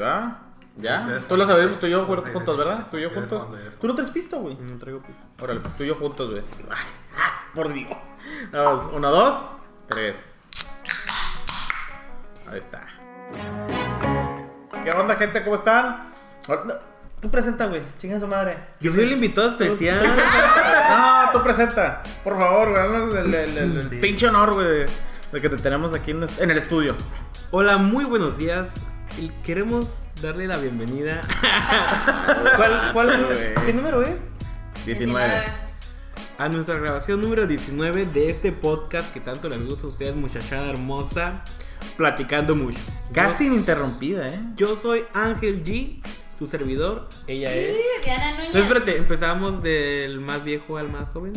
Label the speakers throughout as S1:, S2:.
S1: va. Ya.
S2: Ya.
S1: Tú lo sabemos, tú y yo juntos, juntos, ¿verdad? Tú y yo
S2: Ya,
S1: juntos.
S2: fondo, ya.
S1: Tú no traes pisto, güey.
S2: No traigo pista.
S1: Órale, pues tú y yo juntos, güey. Por Dios. Vamos, uno, dos, tres. Ahí está. ¿Qué onda, gente? ¿Cómo están? Ahora- no, Tú presenta, güey. Chinga su madre.
S2: Yo soy el invitado
S1: Tú
S2: especial.
S1: presenta. No, tú presenta. Por favor, güey. haznos El, el- el- el
S2: Sí.
S1: pinche honor, güey, de, de que te tenemos aquí en, est- en el estudio.
S2: Hola, muy buenos días. Y Queremos darle la bienvenida. ¿Cuál, cuál,
S1: Güey.
S2: ¿Qué número es?
S1: 19.
S2: A nuestra grabación número 19 de este podcast que tanto les gusta a ustedes, muchachada hermosa, platicando mucho.
S1: Casi ininterrumpida, ¿eh?
S2: Yo soy Ángel G, su servidor. Ella
S3: Sí,
S1: ¿Eh?
S2: es.
S3: Diana Núñez.
S2: No, espérate, empezamos del más viejo al más joven.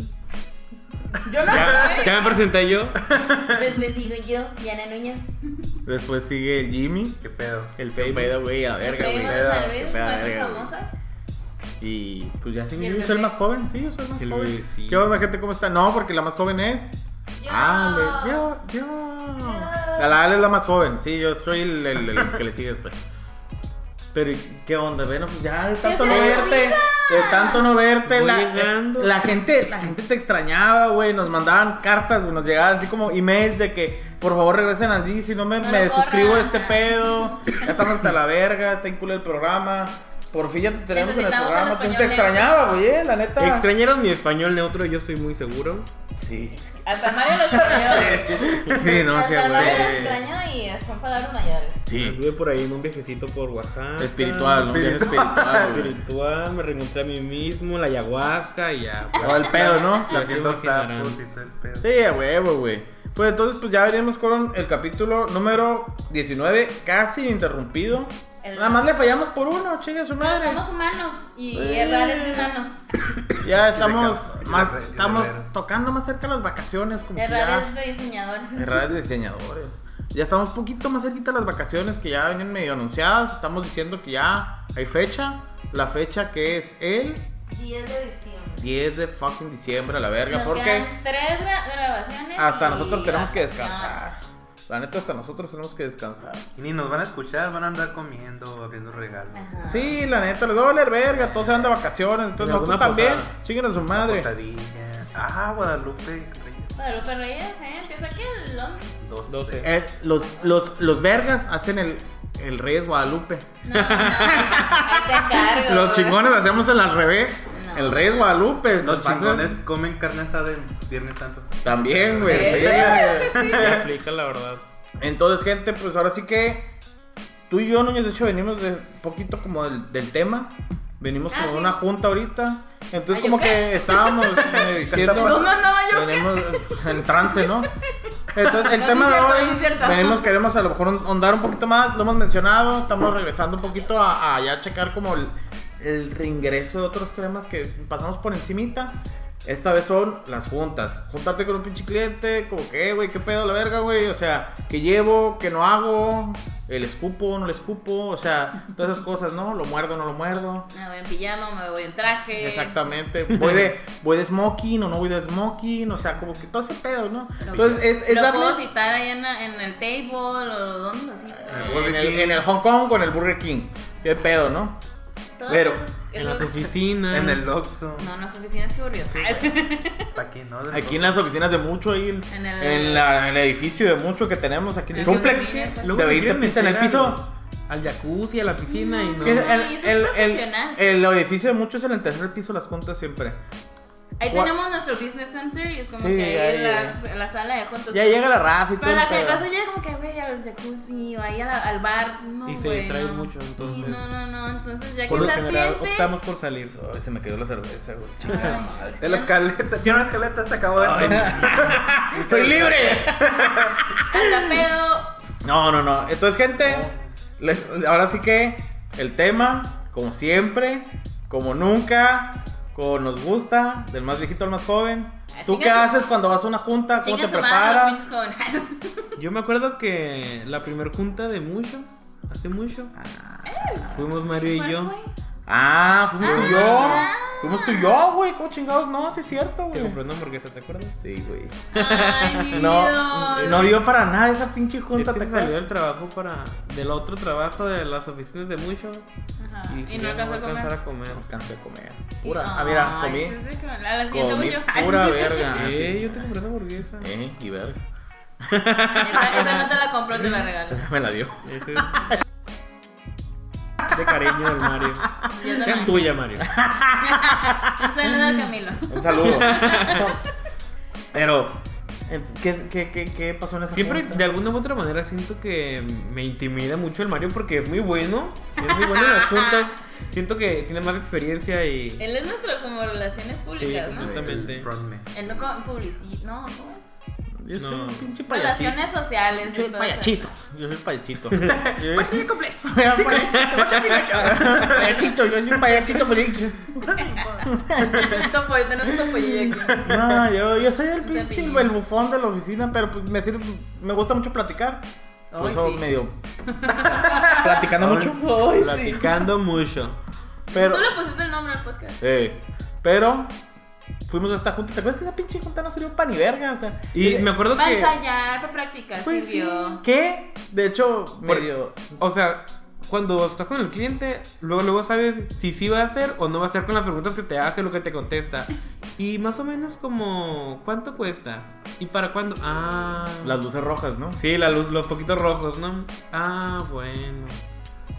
S3: Yo no ¿eh?
S2: Ya, ya me presenté yo.
S3: Pues me sigo yo, Diana Núñez.
S1: Después sigue el Jimmy.
S4: ¿Qué pedo?
S2: El
S1: Qué
S2: Facebook.
S1: pedo, güey, a verga, güey.
S3: Vemos
S4: peda,
S3: a Luis,
S1: qué peda,
S3: pues,
S1: verga,
S3: famosa.
S1: Y pues ya sí,
S3: Y el
S1: yo soy el
S3: bebé.
S1: más joven, sí, yo soy el más
S2: El
S1: joven.
S2: bebé, sí.
S1: ¿Qué onda, gente? ¿Cómo está? No, porque la más joven es.
S3: Yo.
S1: Ah, le- yo, yo. La, la Ale es la más joven, sí, yo soy el, el- el que le sigue después. Pero ¿y ¿qué onda? Bueno, pues ya de tanto
S3: se
S1: no
S3: me
S1: verte, de tanto no verte,
S2: Voy
S1: la,
S2: llegando.
S1: la gente, la gente te extrañaba, güey, nos mandaban cartas, güey, nos llegaban así como emails de que por favor regresen allí, si no me,
S3: No
S1: me
S3: lo
S1: suscribo a
S3: borran.
S1: este pedo, ya estamos hasta la verga, está en culo el programa. Por fin ya te tenemos en el
S3: Necesitamos al
S1: programa, te, te
S3: español negro.
S1: extrañaba, güey, eh, la neta.
S2: Extrañaron mi español neutro, yo estoy muy seguro.
S1: sí.
S3: Hasta Mario lo extrañó.
S1: Sí, no, sí,
S3: Hasta Mario lo
S1: güey.
S3: extrañó y son palabras mayores.
S1: Sí.
S2: Anduve por ahí en un viajecito por Oaxaca.
S1: Espiritual, ¿no? Bien espiritual, güey.
S2: Espiritual, Ah, me reencontré a mí mismo, la ayahuasca y ya.
S1: Todo el pedo, ¿no?
S2: La
S4: La
S2: piel no general.
S4: sapos y todo el pedo.
S1: Sí, a huevo, güey. Pues entonces, pues ya venimos con el capítulo número 19, casi interrumpido.
S3: El-
S1: Nada más le fallamos por uno, chingue su
S3: Pero
S1: madre.
S3: somos humanos y
S1: Eh.
S3: errar es de humanos.
S1: Ya estamos
S4: Y de
S1: más,
S4: ca- y de
S1: estamos
S4: carrera.
S1: tocando más cerca las vacaciones, como que ya.
S3: Errar es de diseñadores.
S1: Errar de diseñadores. Ya estamos poquito más cerquita de las vacaciones que ya venían medio anunciadas. Estamos diciendo que ya hay fecha. La fecha que es el
S3: 10 de diciembre.
S1: 10 de fucking diciembre, a la verga.
S3: Nos
S1: porque
S3: quedan tres gra- grabaciones.
S1: hasta
S3: y-
S1: nosotros tenemos que
S3: ah,
S1: descansar. La neta, hasta nosotros tenemos que descansar.
S4: Y ni nos van a escuchar, van a andar comiendo, abriendo regalos.
S3: Ajá.
S1: Sí, la neta, les va a valer verga, todos se van de vacaciones, entonces
S2: En
S1: nosotros
S2: alguna
S1: también,
S2: posada.
S1: chinguen a su
S4: Una
S1: madre.
S4: Posadilla. Ah, Guadalupe Reyes.
S3: Guadalupe Reyes, ¿eh? Empieza aquí el hombre.
S4: 12.
S2: Doce.
S1: Eh, los, los, los vergas hacen el, el Reyes Guadalupe.
S3: No, no, ahí te cargo.
S1: Los chingones hacemos el al revés.
S3: No.
S1: El Reyes Guadalupe.
S4: Los
S1: pasa-
S4: chingones comen carne asada en Viernes Santo.
S1: También, güey. sí, güey.
S2: Se aplica, la verdad.
S1: Entonces, gente, pues ahora sí que tú y yo, Núñez, de hecho, venimos de poquito como del, del tema. Venimos
S3: Ah,
S1: como de
S3: sí.
S1: una junta ahorita. Entonces,
S3: Ah, ¿yo
S1: como
S3: qué?
S1: que estábamos medio diciendo.
S3: No, no, no, yo qué.
S1: venimos en trance, ¿no? Entonces, el
S3: No,
S1: tema
S3: sí
S1: de
S3: es cierto,
S1: hoy,
S3: sí es cierto.
S1: venimos, queremos a lo mejor ahondar un poquito más, lo hemos mencionado, estamos regresando un poquito a, a ya checar como el, el reingreso de otros temas que pasamos por encimita. Esta vez son las juntas. Juntarte con un pinche cliente, como que, "Eh, güey, qué pedo la verga, güey. O sea, que llevo, que no hago, el escupo, no le escupo, o sea, todas esas cosas, ¿no? Lo muerdo, no lo muerdo.
S3: Me voy en pijama, me voy en traje.
S1: Exactamente. Voy de, voy de smoking o no voy de smoking. O sea, como que todo ese pedo, ¿no?
S3: Lo-
S1: Entonces, es, es
S3: lo puedo
S1: darles
S3: citar ahí en, la- en el table o donde así.
S1: en el, en el Hong Kong con el Burger King. Qué pedo, ¿no?
S3: Todas
S1: pero,
S3: esas-
S2: En
S3: esas-
S2: las
S1: Ah,
S2: oficinas.
S4: En el Oxxo.
S3: No, en las oficinas que volvió.
S4: Aquí, ¿no? Del
S1: Aquí en
S4: Oxxo.
S1: las oficinas de Mucho, ahí en,
S3: En el-
S1: en la- en el edificio de Mucho que tenemos aquí en el
S3: Es que
S1: complex
S3: se
S1: de
S3: quiere-
S2: se
S1: 20
S2: quieren
S1: pisos en el
S2: meter al-
S1: piso.
S2: Al jacuzzi, a la piscina y no.
S1: Que es
S3: No,
S1: el,
S3: y eso es
S1: el- el-
S3: profesional.
S1: el edificio de Mucho es en el tercer piso, las juntas siempre.
S3: Ahí
S1: Gua-
S3: tenemos nuestro business center y es como
S1: Sí,
S3: que ahí
S1: ahí,
S3: las- la sala de juntas.
S1: Ya llega la raza y todo.
S3: Pero la
S1: el
S3: gente
S1: pedo.
S3: raza llega como que, güey, al jacuzzi o ahí a la- al bar. No,
S2: Y se
S3: güey,
S2: distraen
S3: no.
S2: mucho,
S3: Sí,
S2: entonces.
S3: no, no, no. Entonces, ya
S2: Por
S3: que
S2: lo
S3: estás
S2: general
S3: cliente,
S2: optamos por salir.
S1: Ay, se me quedó la cerveza, güey.
S3: Ay.
S1: Chingada madre.
S4: De la escaleta. Yo en la escaleta se acabó de.
S1: ¡Soy libre!
S3: hasta pedo.
S1: No, no, no. Entonces, gente, les- ahora sí que el tema, como siempre, como nunca, como nos gusta, del más viejito al más joven.
S3: Ah,
S1: ¿Tú
S3: chinga
S1: qué
S3: su-
S1: haces cuando vas a una junta? ¿Cómo te
S3: chinguen su madre
S1: preparas?
S3: los pinches jóvenes.
S2: Yo me acuerdo que la primer junta de mucho, hace mucho, fuimos Mario y
S3: ¿Cuál
S2: yo.
S3: fue?
S1: Ah, fuimos tú y yo.
S3: Ah.
S1: Fuimos tú y yo, güey. ¿Cómo chingados? No, sí es cierto,
S2: Te
S1: güey.
S2: compré una hamburguesa, ¿te acuerdas?
S1: Sí, güey.
S3: Ay, mi
S1: No,
S3: Dios.
S1: no dio para nada esa pinche
S2: Es
S1: junta.
S2: que
S1: ¿te
S2: se salió
S1: acuerdas?
S2: del trabajo para... Del otro trabajo de las oficinas de mucho.
S3: Ajá, Y,
S2: ya
S3: no alcanzó a
S2: voy
S3: comer.
S2: alcanzar a comer.
S1: Alcancé a comer.
S3: Y-
S1: Pura. Ah,
S3: Ay,
S1: mira,
S3: sí,
S1: comí.
S3: sí, sí, A la siguiente
S1: Comí
S3: voy yo.
S1: pura
S3: Ay,
S1: verga. Ah,
S2: eh,
S1: sí.
S2: yo te compré una hamburguesa.
S1: Eh, y verga.
S3: Esa, esa no te la compró, te la regalo.
S1: Me la dio.
S2: Ese es de cariño del Mario.
S3: Yo
S2: Ya es
S3: también.
S2: tuya, Mario.
S3: Un saludo al Camilo.
S1: Un saludo. Pero, eh, ¿qué, qué, qué, qué pasó en esa
S2: Siempre,
S1: junta?
S2: de alguna u otra manera, siento que me intimida mucho el Mario porque es muy bueno. Es muy bueno en las juntas. Siento que tiene más experiencia y...
S3: Él es nuestro como relaciones públicas,
S2: Sí,
S3: ¿no?
S2: completamente. Exactamente.
S4: El frontman.
S3: Él no con publicidad, no, ¿cómo es?
S1: Yo soy
S2: No.
S1: un pinche payasito.
S3: Relaciones sociales.
S1: Yo soy
S3: y
S1: el
S3: todo
S1: payachito. pues, Yo soy el payachito.
S2: Yo-
S1: Payachito, yo soy un payachito feliz.
S3: eso. Un topo- tenés un topollillo aquí.
S1: No, yo, yo soy el
S3: Un
S1: pinche,
S3: cepillo.
S1: el bufón de la oficina, pero pues me sirve, me gusta mucho platicar. Por
S3: Ay,
S1: eso
S3: sí.
S1: medio platicando
S2: Ay.
S1: mucho.
S3: Ay, sí.
S2: Platicando mucho.
S1: Pero,
S3: Tú le pusiste el nombre al podcast.
S1: eh, pero fuimos a esta junta. ¿Te acuerdas que esa pinche junta no sirvió para ni verga? O sea,
S2: Y
S1: eh,
S2: me acuerdo
S3: Para
S2: que...
S3: ensayar, para practicar,
S1: pues sí.
S3: sirvió.
S1: ¿Qué? De hecho, medio.
S2: O sea, cuando estás con el cliente, luego luego sabes si sí va a hacer o no va a hacer con las preguntas que te hace, lo que te contesta. Y más o menos como ¿cuánto cuesta? ¿Y para cuándo? Ah,
S1: Las luces rojas, ¿no?
S2: sí, la luz, los foquitos rojos, ¿no? Ah, bueno.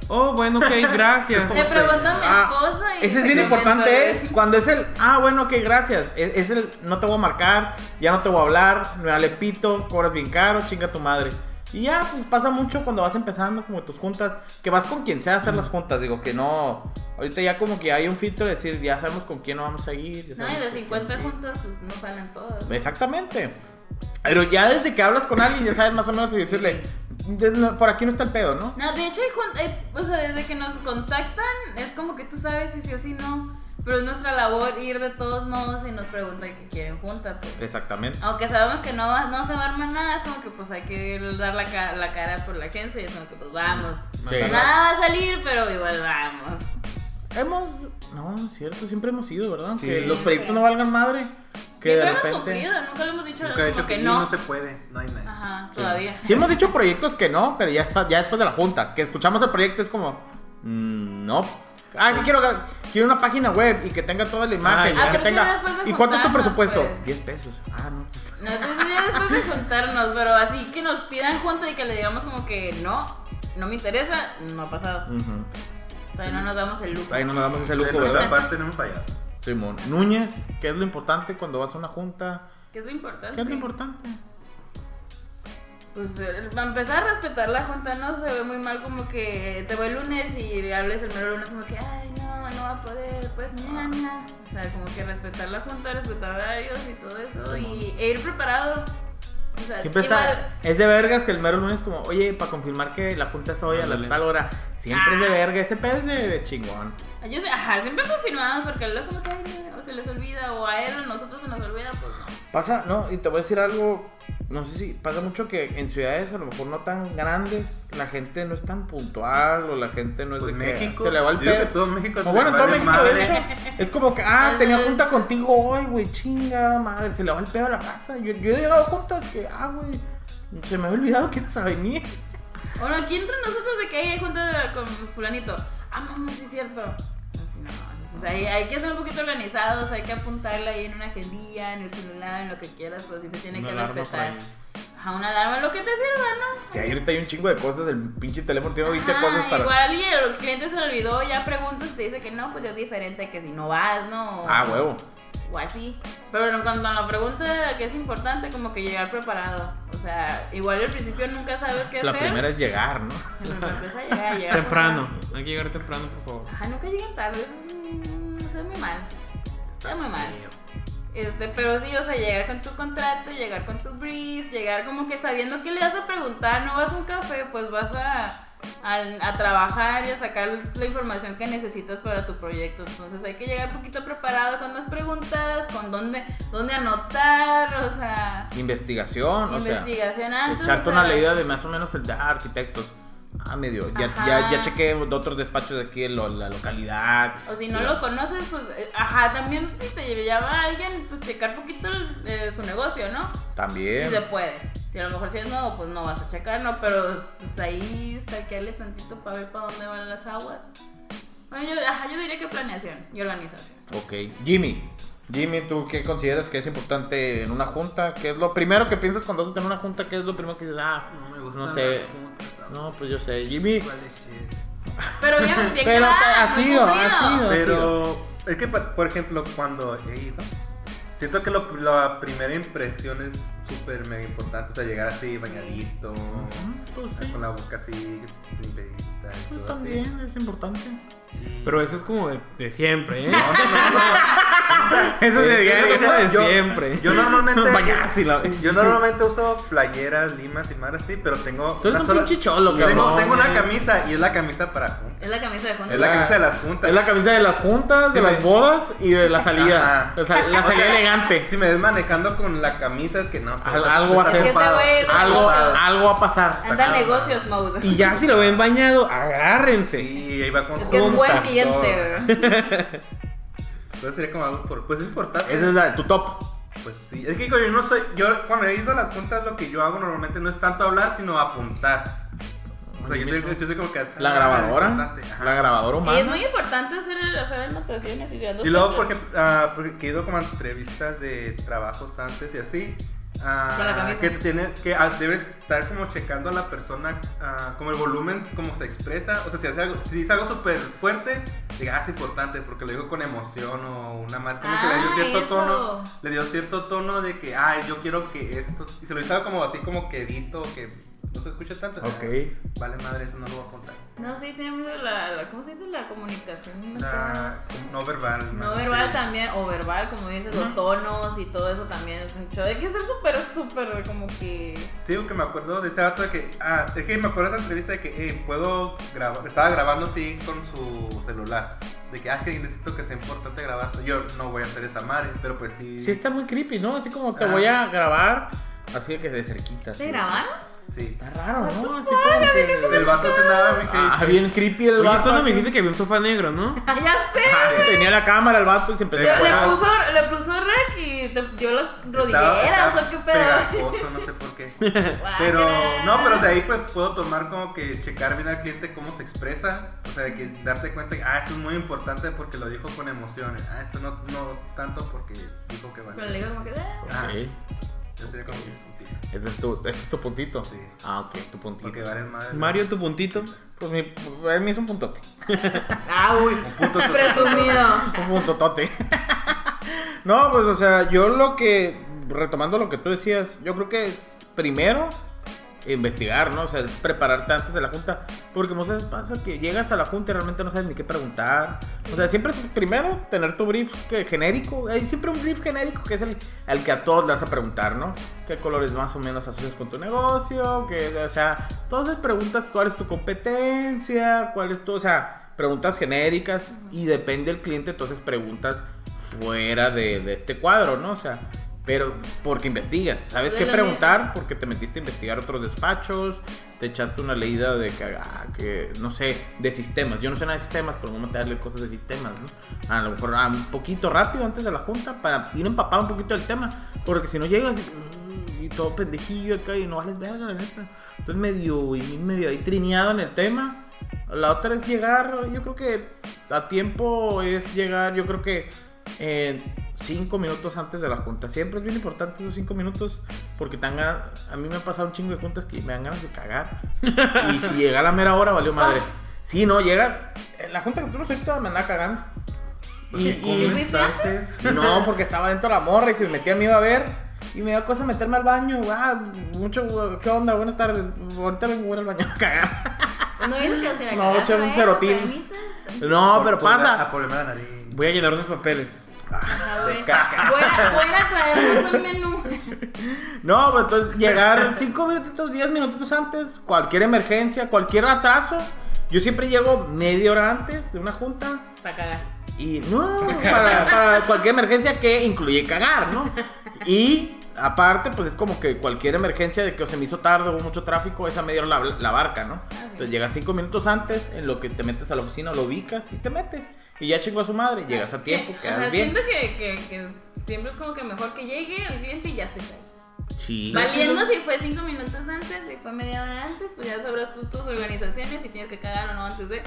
S2: Oh, bueno, ok, gracias.
S3: Le preguntó a mi
S1: Ah,
S3: esposa y
S1: Ese es
S3: se
S1: bien
S3: contentó
S1: importante,
S3: de-
S1: ¿eh? Cuando es el, ah, bueno, ok, gracias. E, Es, es el, no te voy a marcar, ya no te voy a hablar, me vale pito, cobras bien caro, chinga tu madre. Y ya, pues pasa mucho cuando vas empezando, como tus juntas, que vas con quien sea a hacer las juntas. Digo que no, ahorita ya como que hay un filtro de decir, ya sabemos con quién nos vamos a seguir. ya
S3: No, y
S1: sabemos
S3: de
S1: con
S3: 50
S1: quién sí.
S3: juntas, pues no salen todas.
S1: Exactamente. Pero ya desde que hablas con alguien, ya sabes más o menos y decirle, "De- no, por aquí no está el pedo, ¿no?
S3: No, de hecho, hay jun- hay- o sea, desde que nos contactan, es como que tú sabes si sí o si no. Pero es nuestra labor ir de todos modos y nos preguntan que quieren junta, pues.
S1: Exactamente.
S3: Aunque sabemos que no, va- no se va a armar nada, es como que pues hay que ir, dar la, ca- la cara por la agencia y es como que pues vamos.
S1: Sí.
S3: Nada va a salir, pero igual vamos.
S1: Hemos. No, es cierto, siempre hemos sido, ¿verdad?
S2: Sí.
S1: Que los proyectos no valgan madre. Que
S3: Siempre
S1: de
S3: hemos
S1: repente.
S3: cumplido, nunca le hemos dicho
S4: Nunca he
S3: como
S4: dicho
S3: que
S4: que
S3: no.
S4: no se puede, no hay nada.
S3: Ajá, todavía.
S1: Sí hemos dicho proyectos que no, pero ya está, ya después de la junta. Que escuchamos el proyecto es como. mm, no. Ah, que quiero, quiero una página web y que tenga toda la imagen.
S2: Ah,
S1: y
S2: ya.
S1: que
S3: Ah, pero sí,
S1: tenga.
S3: después de
S1: ¿Y cuánto es tu
S3: juntarnos,
S1: presupuesto?
S3: pues.
S1: 10 pesos. Ah, no. pues,
S3: No, entonces ya después de juntarnos, pero así que nos pidan junta y que le digamos como que no, no me interesa, no ha pasado.
S1: ujú.
S3: Todavía no nos damos el lujo.
S1: pues. Ahí no nos damos ese
S4: De
S1: lujo,
S4: nuestra
S1: ¿verdad? Pues
S4: parte no hemos fallado.
S1: Simón. Núñez, ¿qué es lo importante cuando vas a una junta?
S3: ¿Qué es lo importante?
S1: ¿Qué es lo importante?
S3: Pues eh, para empezar a respetar la junta, ¿no? Se ve muy mal como que te voy el lunes y hables el mero lunes como que, ay, no, no va a poder, pues mañana. O sea, como que respetar la junta, respetar horarios y todo eso y, e ir preparado. O sea,
S1: Siempre
S3: igual-
S1: está. Es de vergas que el mero lunes, como, oye, para confirmar que la junta es hoy a
S2: Ándale.
S1: la tal hora. Siempre es de verga. Ese pedo es de, de chingón.
S3: Yo sé, ajá, siempre confirmamos porque luego como que ay, no, o se les olvida o a él o a nosotros se nos olvida, pues no.
S1: Pasa, no, y te voy a decir algo. No sé si pasa mucho que en ciudades a lo mejor no tan grandes, la gente no es tan puntual o la gente no es
S4: Pues
S1: de que
S4: México.
S1: Se le va el
S4: yo digo que
S1: pedo.
S4: todo México
S1: O bueno, en
S4: le
S1: todo
S4: vale
S1: México,
S4: madre.
S1: de hecho, es como que, ah,
S3: Así
S1: tenía
S3: es.
S1: junta contigo hoy, güey, chingada madre, se le va el pedo a la raza. Yo, yo he llegado a juntas que, ah, güey, se me había olvidado que ibas a venir.
S3: Bueno, aquí entre nosotros de que hay junta de- con fulanito. Ah, mamá, sí es cierto. No, o sea, hay, hay que ser un poquito organizados, hay que apuntarla ahí en una agendilla, en el celular, en lo que quieras, pero sí se tiene
S2: Una
S3: que
S2: alarma
S3: respetar.
S2: por ahí.
S3: Ajá, una alarma, lo que te sirva,
S1: Que ahorita hay un chingo de cosas, el pinche teléfono tiene
S3: ¿no?
S1: 20
S3: Ajá,
S1: cosas para.
S3: Igual y el cliente se le olvidó, ya preguntas y te dice que no, pues ya es diferente que si no vas, ¿no? O-
S1: Ah, huevo.
S3: o así. Pero en cuanto a la pregunta que es importante, como que llegar preparado. O sea, igual al principio nunca sabes qué
S1: La
S3: hacer.
S1: primera es llegar, ¿no?
S3: Pero cuando empieza a llegar, llegar
S2: Temprano. Hay que llegar temprano, por favor.
S3: Ajá, Ah, nunca lleguen tarde, eso es, un- eso es muy mal. Está muy mal. Este, pero sí, o sea, llegar con tu contrato, llegar con tu brief, llegar como que sabiendo qué le vas a preguntar, no vas a un café, pues vas a, al- a trabajar y a sacar la información que necesitas para tu proyecto. Entonces hay que llegar un poquito preparado con las preguntas, con dónde, dónde anotar, o sea,
S1: Investigación, o sea.
S3: investigación antes.
S1: Echarte
S3: o
S1: una
S3: sea,
S1: leída de más o menos el de ah, arquitectos. ah, medio, ya,
S3: Ajá.
S1: ya, ya chequé de otros despachos de aquí, de lo- la localidad.
S3: O si no lo conoces, pues, eh, ajá, también si te llama alguien, pues checar poquito el- eh, su negocio, ¿no?
S1: También.
S3: Si se puede. Si a lo mejor si es nuevo, pues no vas a checar, ¿no? Pero pues ahí stalkearle tantito para ver para dónde van las aguas. Bueno, yo, ajá, yo diría que planeación y organización.
S1: Ok. Jimmy, Jimmy, ¿tú qué consideras que es importante en una junta? ¿Qué es lo primero que piensas cuando vas a tener una junta? ¿Qué es lo primero que dices? Ah,
S4: No me gustan
S1: No sé.
S4: las juntas,
S1: no, pues yo sé. Jimmy,
S4: vale, shit.
S3: Pero bien, bien que
S1: Pero
S3: va,
S1: te- ha
S3: muy
S1: sido, ha
S3: cumplido.
S1: sido.
S4: Pero es que, pa- por ejemplo, cuando he ido, siento que lo- la primera impresión es súper mega importante. O sea, llegar así bañadito,
S2: Ah,
S1: pues sí.
S4: con la boca así limpiadita. y
S1: Pues
S4: todo
S1: también
S4: así.
S1: es importante.
S4: Y-
S2: Pero eso es como de, de siempre, ¿eh?
S4: No, no, no, no.
S2: Eso es de, diario,
S4: Yo-
S2: eso de
S4: yo-
S2: siempre.
S4: Yo normalmente.
S1: Vayas y la-
S4: Yo normalmente uso playeras, limas y más así, pero tengo.
S1: Tú eres
S4: una
S1: un
S4: sola-
S1: pinche cholo,
S4: Tengo,
S1: cabrón,
S4: tengo una
S1: eh.
S4: camisa y es la camisa para juntas.
S3: Es la camisa de junta.
S4: Es la camisa de las juntas.
S1: Ah, Es la camisa de las juntas, de
S4: Sí,
S1: las
S4: me-
S1: bodas y de la salida.
S4: Ajá.
S1: O sea, la salida elegante.
S4: Si me ves manejando con la camisa es que no.
S1: Al- algo va a
S4: está
S1: ser.
S4: ocupado,
S3: Este güey es
S4: está
S1: Algo,
S4: ocupado.
S1: algo va a pasar.
S3: Anda negocios, Maud.
S2: Y ya si lo ven bañado, agárrense.
S4: Sí, ahí va con
S3: Es que es
S4: junta,
S3: buen
S4: todo.
S3: cliente, güey.
S4: Entonces sería como algo por. Pues es importante.
S1: Esa es la de tu top.
S4: Pues sí. Es que digo, yo no soy. Yo cuando he ido a las juntas lo que yo hago normalmente no es tanto hablar, sino apuntar. O sea, yo soy, yo soy como que.
S1: La grabadora.
S4: Importante, ajá.
S1: La grabadora
S3: Y es
S1: humana.
S3: muy importante hacer, hacer anotaciones y
S4: Y luego, por ejemplo, ah, porque que he ido como a entrevistas de trabajos antes y así. ah,
S3: Con la camisa.
S4: que tiene, que ah, debes estar como checando a la persona, ah, como el volumen, cómo se expresa. O sea, si, hace algo, si dice algo súper fuerte, diga, ah, es importante, porque lo digo con emoción o una marca. Como que le dio
S3: Ah,
S4: cierto
S3: eso.
S4: tono. Le dio cierto tono de que, ah, yo quiero que esto. Y se lo hizo como así, como quedito, que no se escucha tanto.
S1: Ok.
S4: Vale, madre, eso no lo voy a contar.
S3: No, sí, tenemos la, la- ¿Cómo se dice? La comunicación.
S4: La- no verbal.
S3: No
S4: madre,
S3: verbal
S4: sí.
S3: también, o verbal, como dices, los tonos y todo eso también es un show. Hay que ser súper, súper como que.
S4: Sí, que me acuerdo de ese dato de que. Ah, es que me acuerdo de esa entrevista de que, eh, puedo grabar. Estaba grabando así con su celular. De que, ah, que necesito que sea importante grabar. Yo no voy a hacer esa madre, pero pues sí.
S1: Sí, está muy creepy, ¿no? Así como te
S4: Ah.
S1: voy a grabar. Así que de cerquita. así.
S3: ¿Te grabaron?
S4: Sí.
S1: Está raro, ¿no? Así como que...
S4: El vato se andaba, dije.
S1: Ah, bien creepy el
S2: Oye, es
S1: vato.
S2: cuando me dijiste que había un sofá negro, ¿no?
S3: Ah, ya sé.
S1: Tenía la cámara el vato y se empezó
S4: Sí,
S1: a
S3: Le
S1: jugar.
S3: puso, le puso rack y te dio las
S4: estaba-
S3: rodilleras
S4: estaba
S3: o qué pedo. Ah,
S4: Pegajoso, no sé por qué. Pero, no, pero de ahí pues puedo tomar como que checar bien al cliente cómo se expresa. O sea, de que darte cuenta que, ah, esto es muy importante porque lo dijo con emociones. Ah, esto no, no tanto porque dijo que vale.
S3: Pero le digo como que. "Ah".
S4: Ah,
S1: Ok.
S4: Yo sería como que-
S1: Ese es tu, ese es tu puntito.
S4: Sí.
S1: Ah, ok, tu puntito.
S4: Porque valen madre.
S2: Mario, tu puntito.
S1: Pues mi, él me hizo un puntote.
S3: Ah, uy.
S4: puto total.
S3: Presumido.
S1: Un puntotote. no, pues o sea, yo lo que, retomando lo que tú decías, yo creo que es primero investigar, ¿no? O sea, es prepararte antes de la junta. Porque muchas veces pasa que llegas a la junta y realmente no sabes ni qué preguntar. O sea, siempre es primero tener tu brief que, genérico. Hay siempre un brief genérico que es el, al que a todos le vas a preguntar, ¿no? ¿Qué colores más o menos asocias con tu negocio? Que, o sea, todas esas preguntas, cuál es tu competencia, cuál es tu, o sea, preguntas genéricas y depende del cliente, entonces preguntas fuera de, de este cuadro, ¿no? O sea, pero porque investigas, sabes
S3: De
S1: qué
S3: la
S1: preguntar, porque te metiste a investigar otros despachos, te echaste una leída de que, ah, que, no sé, de sistemas. Yo no sé nada de sistemas, pero vamos a meterle cosas de sistemas, ¿no? A lo mejor ah, un poquito rápido antes de la junta para ir empapado un poquito del tema, porque si no llegas y, y todo pendejillo acá y no vales verga, la neta. Entonces medio, y medio ahí trineado en el tema. La otra es llegar, yo creo que a tiempo es llegar, yo creo que eh, cinco minutos antes de la junta. Siempre es bien importante esos cinco minutos porque te dan ganas- a mí me ha pasado un chingo de juntas que me dan ganas de cagar. y si llega la mera hora, valió madre. Si no, llegas, en la junta que tú no ahorita me andaba cagando. Y- y-
S3: ¿Fuiste
S4: antes?
S1: no, porque estaba dentro la morra y si me metía me iba a ver. Y me da cosa meterme al baño. Ah, mucho, ¿qué onda? Buenas tardes. Ahorita vengo a ir al baño a cagar.
S3: Pues No dices que "Ah, hacer
S1: No, echar un cerotín. No, pero
S4: A
S1: pasa.
S4: problemar la nariz.
S2: Voy a llenar unos papeles.
S3: Voy a voy a traernos un menú.
S1: No, pues entonces llegar 5 minutitos, 10 minutitos antes, cualquier emergencia, cualquier atraso. Yo siempre llego media hora antes de una junta
S3: Para cagar.
S1: y no, para, para cualquier emergencia que incluye cagar, ¿no? Y aparte, pues es como que cualquier emergencia de que se me hizo tarde, hubo mucho tráfico, esa media hora la, la barca, ¿no? Entonces llegas cinco minutos antes, en lo que te metes a la oficina, lo ubicas y te metes. Y ya chingó a su madre, llegas a tiempo,
S3: Sí,
S1: quedas
S3: o sea,
S1: bien.
S3: Siento que, que, que siempre es como que mejor que llegue al cliente y ya estés ahí.
S1: Sí.
S3: Valiendo si fue cinco minutos antes, si fue media hora antes, pues ya sabrás tú tus organizaciones si tienes que cagar o no antes de.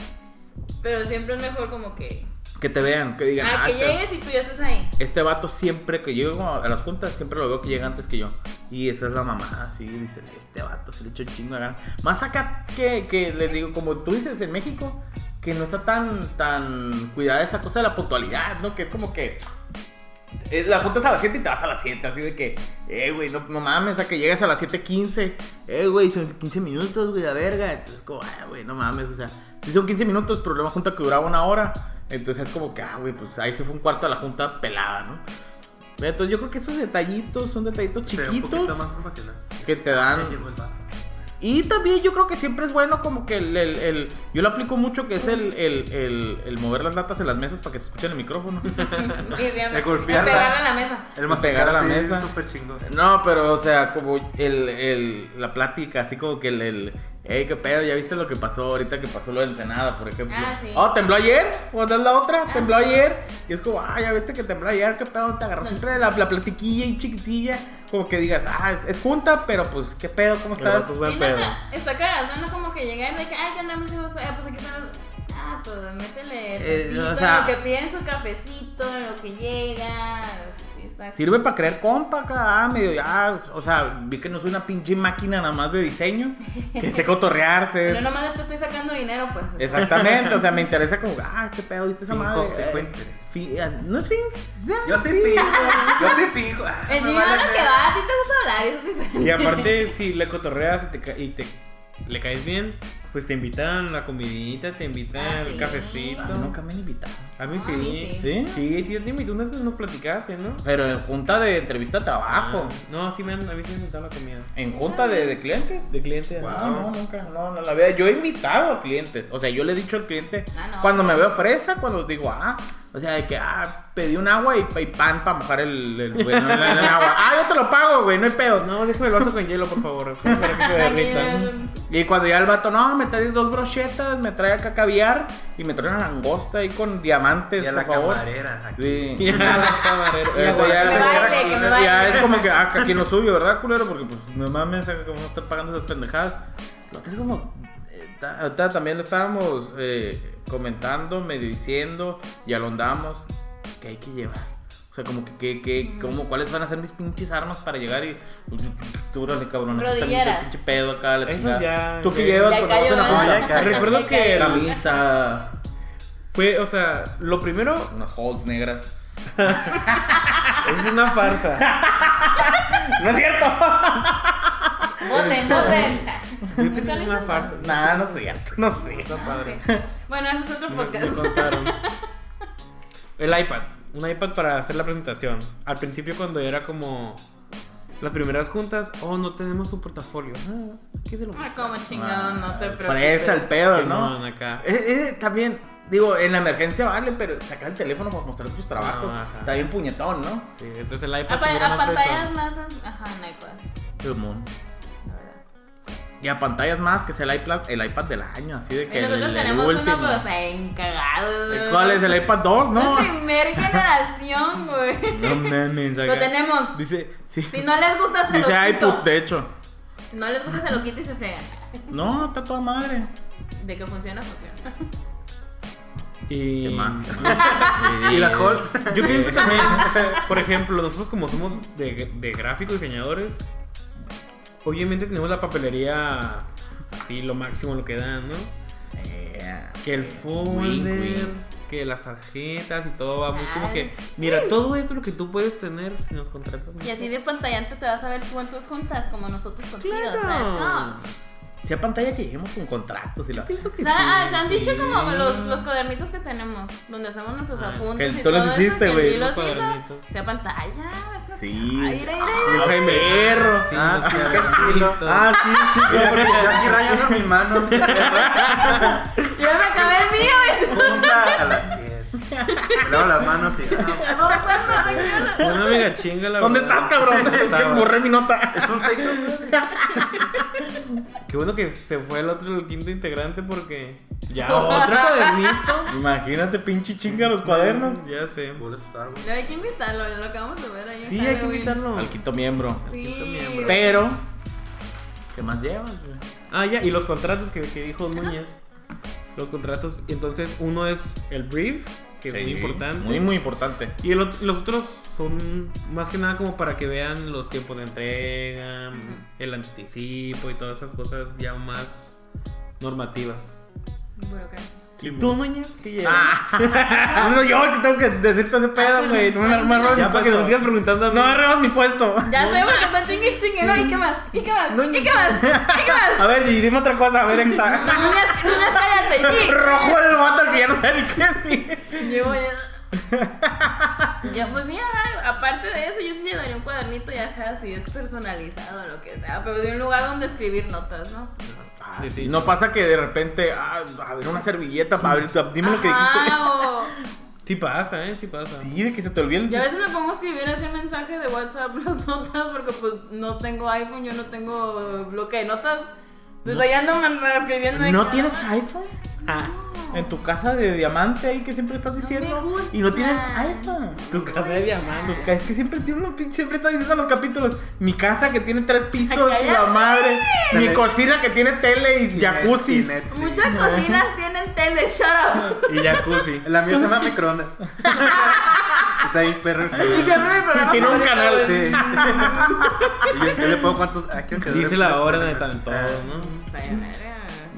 S3: Pero siempre es mejor como que.
S1: Que te vean, que digan,
S3: Ah,
S1: "Ah,
S3: que
S1: este-
S3: llegues y tú ya estás ahí.
S1: Este vato siempre que yo llego a las juntas, siempre lo veo que llega antes que yo. Y esa es la mamá, sí, dice, este vato se le echó un chingo de ganas. Más acá que, que les digo, como tú dices, en México, que no está tan, tan cuidada esa cosa de la puntualidad, ¿no? Que es como que eh, la juntas a las 7 y te vas a las 7, así de que, eh, güey, no, no mames, a que llegues a las 7.15, eh, güey, son 15 minutos, güey, la verga. Entonces, como, ah, güey, no mames, o sea, si son 15 minutos, problema junta que duraba una hora. Entonces es como que, ah, güey, pues ahí se fue un cuarto de la junta pelada, ¿no? Entonces yo creo que esos detallitos son detallitos
S4: Pero un poquito
S1: chiquitos Ah,
S4: más profesional.
S1: que te dan.
S4: Ya llegó el vato.
S1: Y también yo creo que siempre es bueno como que el, el- el- yo lo aplico mucho que es el, el, el- el mover las latas en las mesas para que se escuche en el micrófono.
S3: Sí, sí,
S4: De golpearla.
S3: Pegar a la mesa.
S4: El
S1: Pegar a la
S4: masticar así,
S1: mesa.
S4: súper chingón.
S1: No, pero o sea, como el, el, la plática, así como que el, el hey, qué pedo, ya viste lo que pasó ahorita que pasó lo de Ensenada, por ejemplo.
S3: Ah, sí.
S1: Oh, tembló ayer, o es la otra,
S3: Ah.
S1: tembló ayer. Y es como, ah, ya viste que tembló ayer, qué pedo, te agarró
S3: Mm.
S1: siempre la, la platiquilla y chiquitilla. Como que digas, ah, es, es junta, pero pues, qué pedo, ¿cómo
S2: El
S1: estás?
S2: vato es buen
S3: Sí,
S2: pedo.
S3: neta, Está cagada, no como que llegar de que, ay, ¿qué andamos hijos? Ah, pues aquí están los... Ah, pues métele
S1: Eh,
S3: el
S1: o
S3: tecito,
S1: sea-
S3: lo que piden su cafecito, lo que llega. Sí, está...
S1: Sirve para crear compa acá, ah, medio ya, o sea, vi que no soy una pinche máquina nada más de diseño, que sé cotorrearse.
S3: No nomás te estoy sacando dinero, pues. o sea,
S1: Exactamente, o sea, me interesa como, ah, qué pedo, viste esa
S4: Finjo
S1: madre.
S4: que
S1: Eh,
S4: cuente.
S1: fi- ah, no es fin.
S4: Yo sí finjo, yo sí finjo. Ah,
S3: El
S4: me
S3: Jimmy
S4: vale
S3: va a lo que
S4: ver.
S3: va, a ti te gusta hablar, eso es diferente.
S2: Y aparte, si le cotorreas y te, ca- y te le caes bien, pues te invitan la comidita, te invitan
S3: Ah,
S2: el
S3: sí.
S2: cafecito.
S3: Ah,
S1: Nunca me han invitado.
S2: A mí
S3: No,
S2: sí.
S3: a mí
S1: sí.
S2: Sí, tío, te invitó una vez nos platicaste, ¿no?
S1: Pero en junta de entrevista a trabajo,
S2: Ah, No, sí me han, a mí sí me han invitado la comida.
S1: en junta de, de clientes.
S2: De cliente.
S1: Wow,
S2: ajá.
S1: no, nunca, no, no la veo. Yo he invitado a clientes, o sea, yo le he dicho al cliente,
S3: Ah, no.
S1: cuando me veo fresa, cuando digo, ah, o sea, de que, ah, pedí un agua y, y pan para mojar el, el- güey, no, el- el agua. Ah, yo te lo pago, güey, no hay pedo.
S2: No, déjame el vaso con hielo, por favor. para que se
S3: Ay, qué
S2: derrita.
S3: llorón.
S1: Y cuando ya el vato, no, me trae dos brochetas, me trae acá caviar y me trae una langosta ahí con diamantes,
S4: Y a
S1: por
S4: la
S1: favor.
S4: camarera. aquí.
S1: Sí.
S2: Y a la camarera.
S1: Eh,
S2: Y a
S1: ya,
S2: la-
S3: Que baile, que me baile.
S1: ya es como que ah, que aquí lo suyo, ¿verdad, culero? Porque pues no mames, acá como no están pagando esas pendejadas. Lo tengo como. eh, ta- ahorita también lo estábamos eh, comentando, medio diciendo, y alondamos que hay que llevar. O sea, como que, que, que
S3: Ujú.
S1: como, ¿cuáles van a ser mis pinches armas para llegar y. pues, Túrale, cabrón. aquí también
S3: Rodilleras.
S1: el pinche pedo acá, la
S2: Eso
S1: chingada.
S2: ya-
S1: Tú que
S2: ya-
S1: llevas
S3: Ya
S1: cuando vas a una
S3: cayó,
S1: junta?
S3: ¿verdad?
S2: Recuerdo
S3: Ya
S2: que
S3: cayó.
S1: Camisa,
S2: Fue, o sea, lo primero
S1: unas holds negras.
S2: es una farsa.
S1: ¡No es cierto!
S3: Voten, voten.
S2: Es una farsa.
S1: Nada, no es cierto, no sé.
S2: Está padre.
S3: Bueno, ese es otro
S2: Me- me
S3: podcast.
S2: contaron. El iPad. Un iPad para hacer la presentación. Al principio cuando era como las primeras juntas, oh, no tenemos su portafolio. Ah, ¿Qué se lo
S3: Ah, como chingado, no te preocupes.
S1: Ah, Fresa el pedo,
S2: Simón,
S1: ¿no?
S2: acá.
S1: Eh, eh, también, digo, en la emergencia vale, pero sacar el teléfono para mostrar tus trabajos.
S2: No, ajá.
S1: Está bien puñetón, ¿no?
S2: Sí, entonces el
S3: A,
S2: iPad
S3: Ah, pa-
S2: sí era
S3: a
S2: más
S3: pantallas
S2: fresón.
S3: más. ah, Ajá, en iPad. la verdad.
S1: Y a pantallas más, que es el iPad, el iPad del año, así de que.
S3: Y nosotros
S1: el, el
S3: tenemos
S1: último.
S3: uno, pues, pero está encagado.
S1: ¿Cuál es el iPad 2? No.
S3: La primera generación, güey.
S2: No mames,
S3: Lo
S2: acá.
S3: tenemos.
S1: Dice, sí.
S3: Si no les gusta, se
S1: Dice
S3: lo quito.
S1: iPod, de hecho.
S3: No les gusta, se lo quita y se fregan.
S1: No, está toda madre.
S3: De que funciona, funciona.
S2: Y...
S1: ¿Qué más? ¿Qué
S2: Y la Colts. Yo pienso
S1: Sí.
S2: también, por ejemplo, nosotros como somos de, de gráficos diseñadores, obviamente tenemos la papelería así, lo máximo lo que dan, ¿no?
S1: Eh,
S2: Que el
S1: Wink,
S2: folder,
S1: wink.
S2: que las tarjetas y todo va muy como
S3: Ay.
S2: que, mira, todo eso es lo que tú puedes tener si nos contratas.
S3: Y así de pantallante te vas a ver tú en tus juntas, como nosotros contigo.
S2: Claro.
S3: ¿sabes? No.
S1: Si a pantalla que lleguemos con contratos y la.
S2: Pienso que
S3: O sea, ah,
S2: sí,
S3: se han
S2: sí.
S3: dicho como los, los cuadernitos que tenemos, donde hacemos nuestros
S2: Ah,
S3: apuntes.
S1: que
S3: y
S1: tú los
S3: todo eso,
S1: hiciste,
S3: que
S1: güey,
S3: yo
S2: los
S3: los hice.
S2: cuadernitos.
S3: Sea pantalla. esa-
S1: Sí.
S3: Ay, mira, mira,
S2: Yo,
S3: mira.
S2: Jaime,
S1: perro.
S2: Sí,
S4: Ah,
S2: los
S4: qué
S2: cuadernitos.
S1: Ah, sí,
S4: Yo
S1: chico.
S4: aquí rayando mi mano.
S3: Yo me acabé el mío. güey.
S4: Punta a las 7. Me lavo las manos y. ah,
S3: No, no, no, no.
S2: Una mega chinga la
S1: ¿Dónde estás,
S2: verdad.
S1: cabrón? Es que
S2: Estaba.
S1: borré mi nota.
S4: es un sexo.
S2: Qué bueno que se fue el otro, el quinto integrante, porque.
S1: Ah,
S2: Ya, otro cuadernito.
S1: Imagínate, pinche chinga los cuadernos.
S2: Ya sé.
S4: Bolas Star Wars.
S3: No, Hay que invitarlo, lo acabamos de ver ahí. en
S2: Sí, hay que
S3: Halloween.
S2: invitarlo.
S1: Al quinto miembro.
S3: Sí.
S2: miembro.
S1: Pero, ¿qué más llevas, güey?
S2: Ah, ya, y los contratos que, que dijo Núñez. Los contratos, entonces uno es el brief, que es muy
S1: Sí,
S2: importante.
S1: Muy, muy importante.
S2: Y el ot- los otros son más que nada como para que vean los tiempos de entrega, el anticipo y todas esas cosas ya más normativas.
S3: Burocracia.
S1: ¿Y
S2: ¿Tú, Núñez? ¿Qué llevas?
S1: Ah, no, yo que tengo que decirte ese pedo, güey. No me no me robes mi
S2: ya para que
S1: puesto.
S2: nos sigas preguntando a mí.
S1: No me robes mi puesto.
S3: Ya sé, porque está chingue y chingue. No, ¿y qué más? ¿Y qué más? ¿Y qué más? ¿Y qué más?
S1: A ver, y dime otra cosa, a ver, ahí está.
S3: No, Núñez, Núñez, cállate. sí.
S1: Rojo el vato que ya no sabe ni qué decir.
S3: Llevo ya. Ya, pues ya, aparte de eso, yo sí llevaría un cuadernito, ya sea si es personalizado o lo que sea, pero de un lugar donde escribir notas, ¿no?
S1: Ah,
S2: Sí, sí.
S1: No pasa que de repente, ah, a ver, una servilleta para abrir, dime lo que dijiste.
S3: Ah,
S2: Sí pasa, ¿eh? Sí pasa.
S1: Sí, de que se te olvide
S3: o...
S1: el
S3: Yo a veces me pongo a escribir así un mensaje de WhatsApp las notas porque pues no tengo iPhone, yo no tengo bloque de notas. Entonces ahí ando mandando- escribiendo. de
S1: ¿No
S3: que-
S1: tienes iPhone? Ah, en tu casa de diamante ahí que siempre estás diciendo.
S3: me gusta.
S1: y no tienes iPhone.
S2: Tu casa de diamante.
S1: Tu ca- Es que siempre tiene uno pinche, siempre está diciendo en los capítulos. Mi casa que tiene tres pisos
S3: Ay,
S1: y la
S3: cállate.
S1: madre. Mi
S4: Tele-
S1: cocina que tiene tele y jacuzzi.
S4: Net- y Netflix.
S3: Muchas cocinas tienen tele, shut up.
S2: Y jacuzzi.
S4: La mía se llama microondas. Está bien perro.
S3: Y siempre mi programa
S1: Tiene un
S3: favorito
S1: canal.
S3: es-
S4: Sí. Y yo, yo le pongo cuántos. ah, creo que
S2: Dice
S4: dura-
S2: la hora de tanto,
S1: Ah.
S2: ¿no?
S3: Está bien, verga.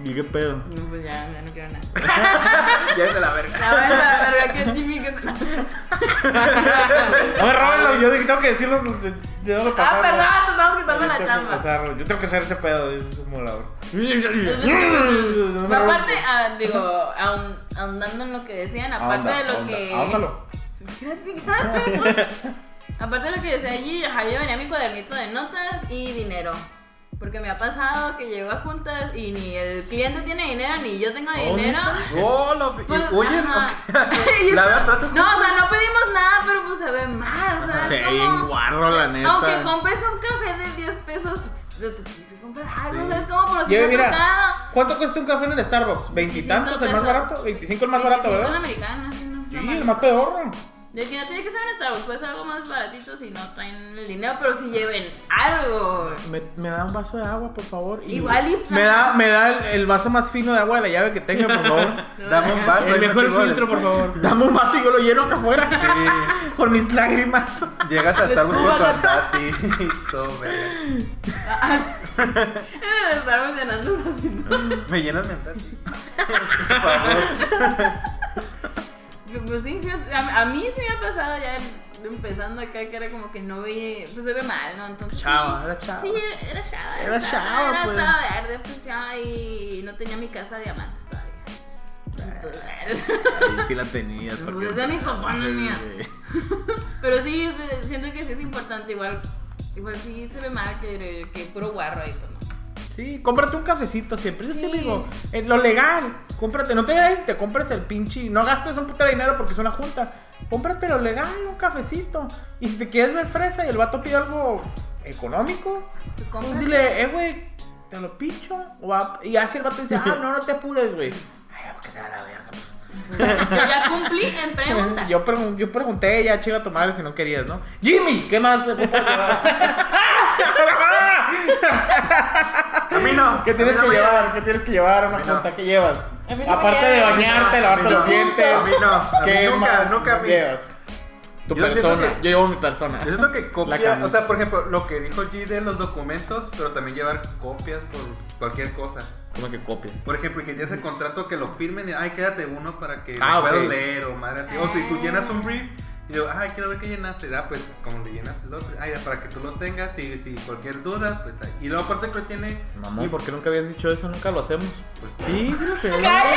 S1: ¿Y qué pedo?
S3: ¿eh? No, pues ya, ya no quiero nada.
S4: Ah, Ya es de la verga.
S3: La verdad, la verdad que Jimmy que...
S1: A ver, Róbalo, yo tengo que decirlo. Yo no lo
S3: Ah,
S1: pasaba.
S3: perdón, te estamos quitando
S1: Yo
S3: la
S1: tengo que
S3: chamba.
S1: pasarlo, Yo tengo que hacer ese pedo. Yo soy molador.
S3: Pero aparte, ah, digo, ahon- ahondando en lo que decían, aparte de lo que...
S1: Ándalo.
S3: Aparte de lo que decía allí, ajá, yo venía mi cuadernito de notas y dinero. Porque me ha pasado que llego a juntas y ni el cliente tiene dinero, ni yo tengo dinero.
S4: Oh, la- y-
S3: Pues,
S4: Oye,
S3: ajá.
S4: la verdad, todas estas
S3: No, o sea, no pedimos nada, pero pues se ve más. o sea,
S1: Sí,
S3: es como-
S1: guarro, la neta.
S3: Aunque compres un café de 10 pesos, pues, te tienes que comprar algo,
S4: Sí.
S3: ¿sabes cómo? Por si
S1: Lleve,
S3: no
S1: mira,
S3: cada-
S1: ¿cuánto cuesta un café en el Starbucks? ¿Veintitantos el más
S3: 25
S1: barato?
S3: pesos.
S1: ¿Veinticinco el más barato,
S3: 25
S1: verdad?
S3: el americano, sí, no
S1: Sí,
S3: está mal.
S1: el más pedorro.
S3: De que no tiene que ser en Starbucks, puede ser algo más baratito si no traen el dinero, pero si lleven algo.
S1: Me, me da un vaso de agua, por favor. y-
S3: Igual y-
S1: Me da, me da el, el vaso más fino de agua de la llave que tenga, por favor.
S4: Dame un vaso.
S2: El
S4: ahí me
S2: mejor
S4: sirvo de-
S2: filtro, por favor.
S1: Dame un vaso y yo lo lleno acá afuera. Con mis lágrimas.
S4: Llegas a estar con tu
S3: Descúbalo.
S4: Antati y todo, verga.
S3: Ah, Estar mencionando un vasito.
S4: Me llenas mental. Por favor.
S3: Pues sí, sí, a, a mí sí me ha pasado ya empezando acá que era como que no veía, pues se ve mal, ¿no? Entonces,
S1: Chava,
S3: sí,
S1: era chava.
S3: Sí, era chava.
S1: Era chava,
S3: Era
S1: pues.
S3: estaba verde, pues ya, y no tenía mi casa de diamantes todavía. Entonces,
S1: Ahí sí la tenías.
S3: porque- Pues de mis papás, no mía. Pero sí, es de- siento que sí es importante. Igual, igual sí se ve mal que, que puro guarro ahí, pues no.
S1: Sí, cómprate un cafecito siempre. Yo sí
S3: Sí.
S1: digo, en lo legal, cómprate, no te des, te compres el pinche, no gastes un puto de dinero porque es una junta. Cómprate lo legal, un cafecito. Y si te quieres ver fresa y el vato pide algo económico,
S3: Pues
S1: pues
S3: compras.
S1: dile, eh, güey, te lo picho. O a- y así el vato dice, ah, no, no te apures, güey. Ay, porque se da la verga. pues.
S3: Yo ya cumplí en pregunta.
S1: Yo, pregun- yo pregunté, ya chinga tu madre si no querías, ¿no? Jimmy, ¿qué más?
S4: A mí no.
S1: ¿Qué tienes
S4: A mí
S1: que
S4: no me
S1: llevar? ¿Qué tienes que llevar a una
S4: A mí no.
S1: junta? ¿Qué llevas?
S3: A mí no me
S1: Aparte de
S3: llevan.
S1: bañarte,
S4: A mí
S1: lavarte
S4: no.
S1: los dientes.
S4: A mí no. A mí
S1: ¿Qué
S4: nunca,
S1: más
S4: nunca a mí.
S1: llevas? Tu
S4: Yo siento
S1: persona.
S4: que-
S1: Yo llevo mi persona.
S4: Yo siento que
S1: La
S4: copia,
S1: camisa.
S4: o sea, por ejemplo, lo que dijo G de los documentos, pero también llevar copias por cualquier cosa.
S1: Como que copia.
S4: Por ejemplo, que tienes el contrato que lo firmen y, ay, quédate uno para que
S1: Ah,
S4: lo puedas
S1: ok.
S4: leer o madre así. O si
S3: Ah.
S4: tú llenas un brief y yo, ay, quiero ver qué llenaste, ah, pues como le llenas el otro, ay, para que tú lo tengas y si cualquier duda, pues ahí. Y luego aparte que tiene,
S1: Mamón, ¿por qué nunca habías dicho eso? Nunca lo hacemos.
S4: pues
S2: Sí, sí lo sé.
S3: ¡Cállate!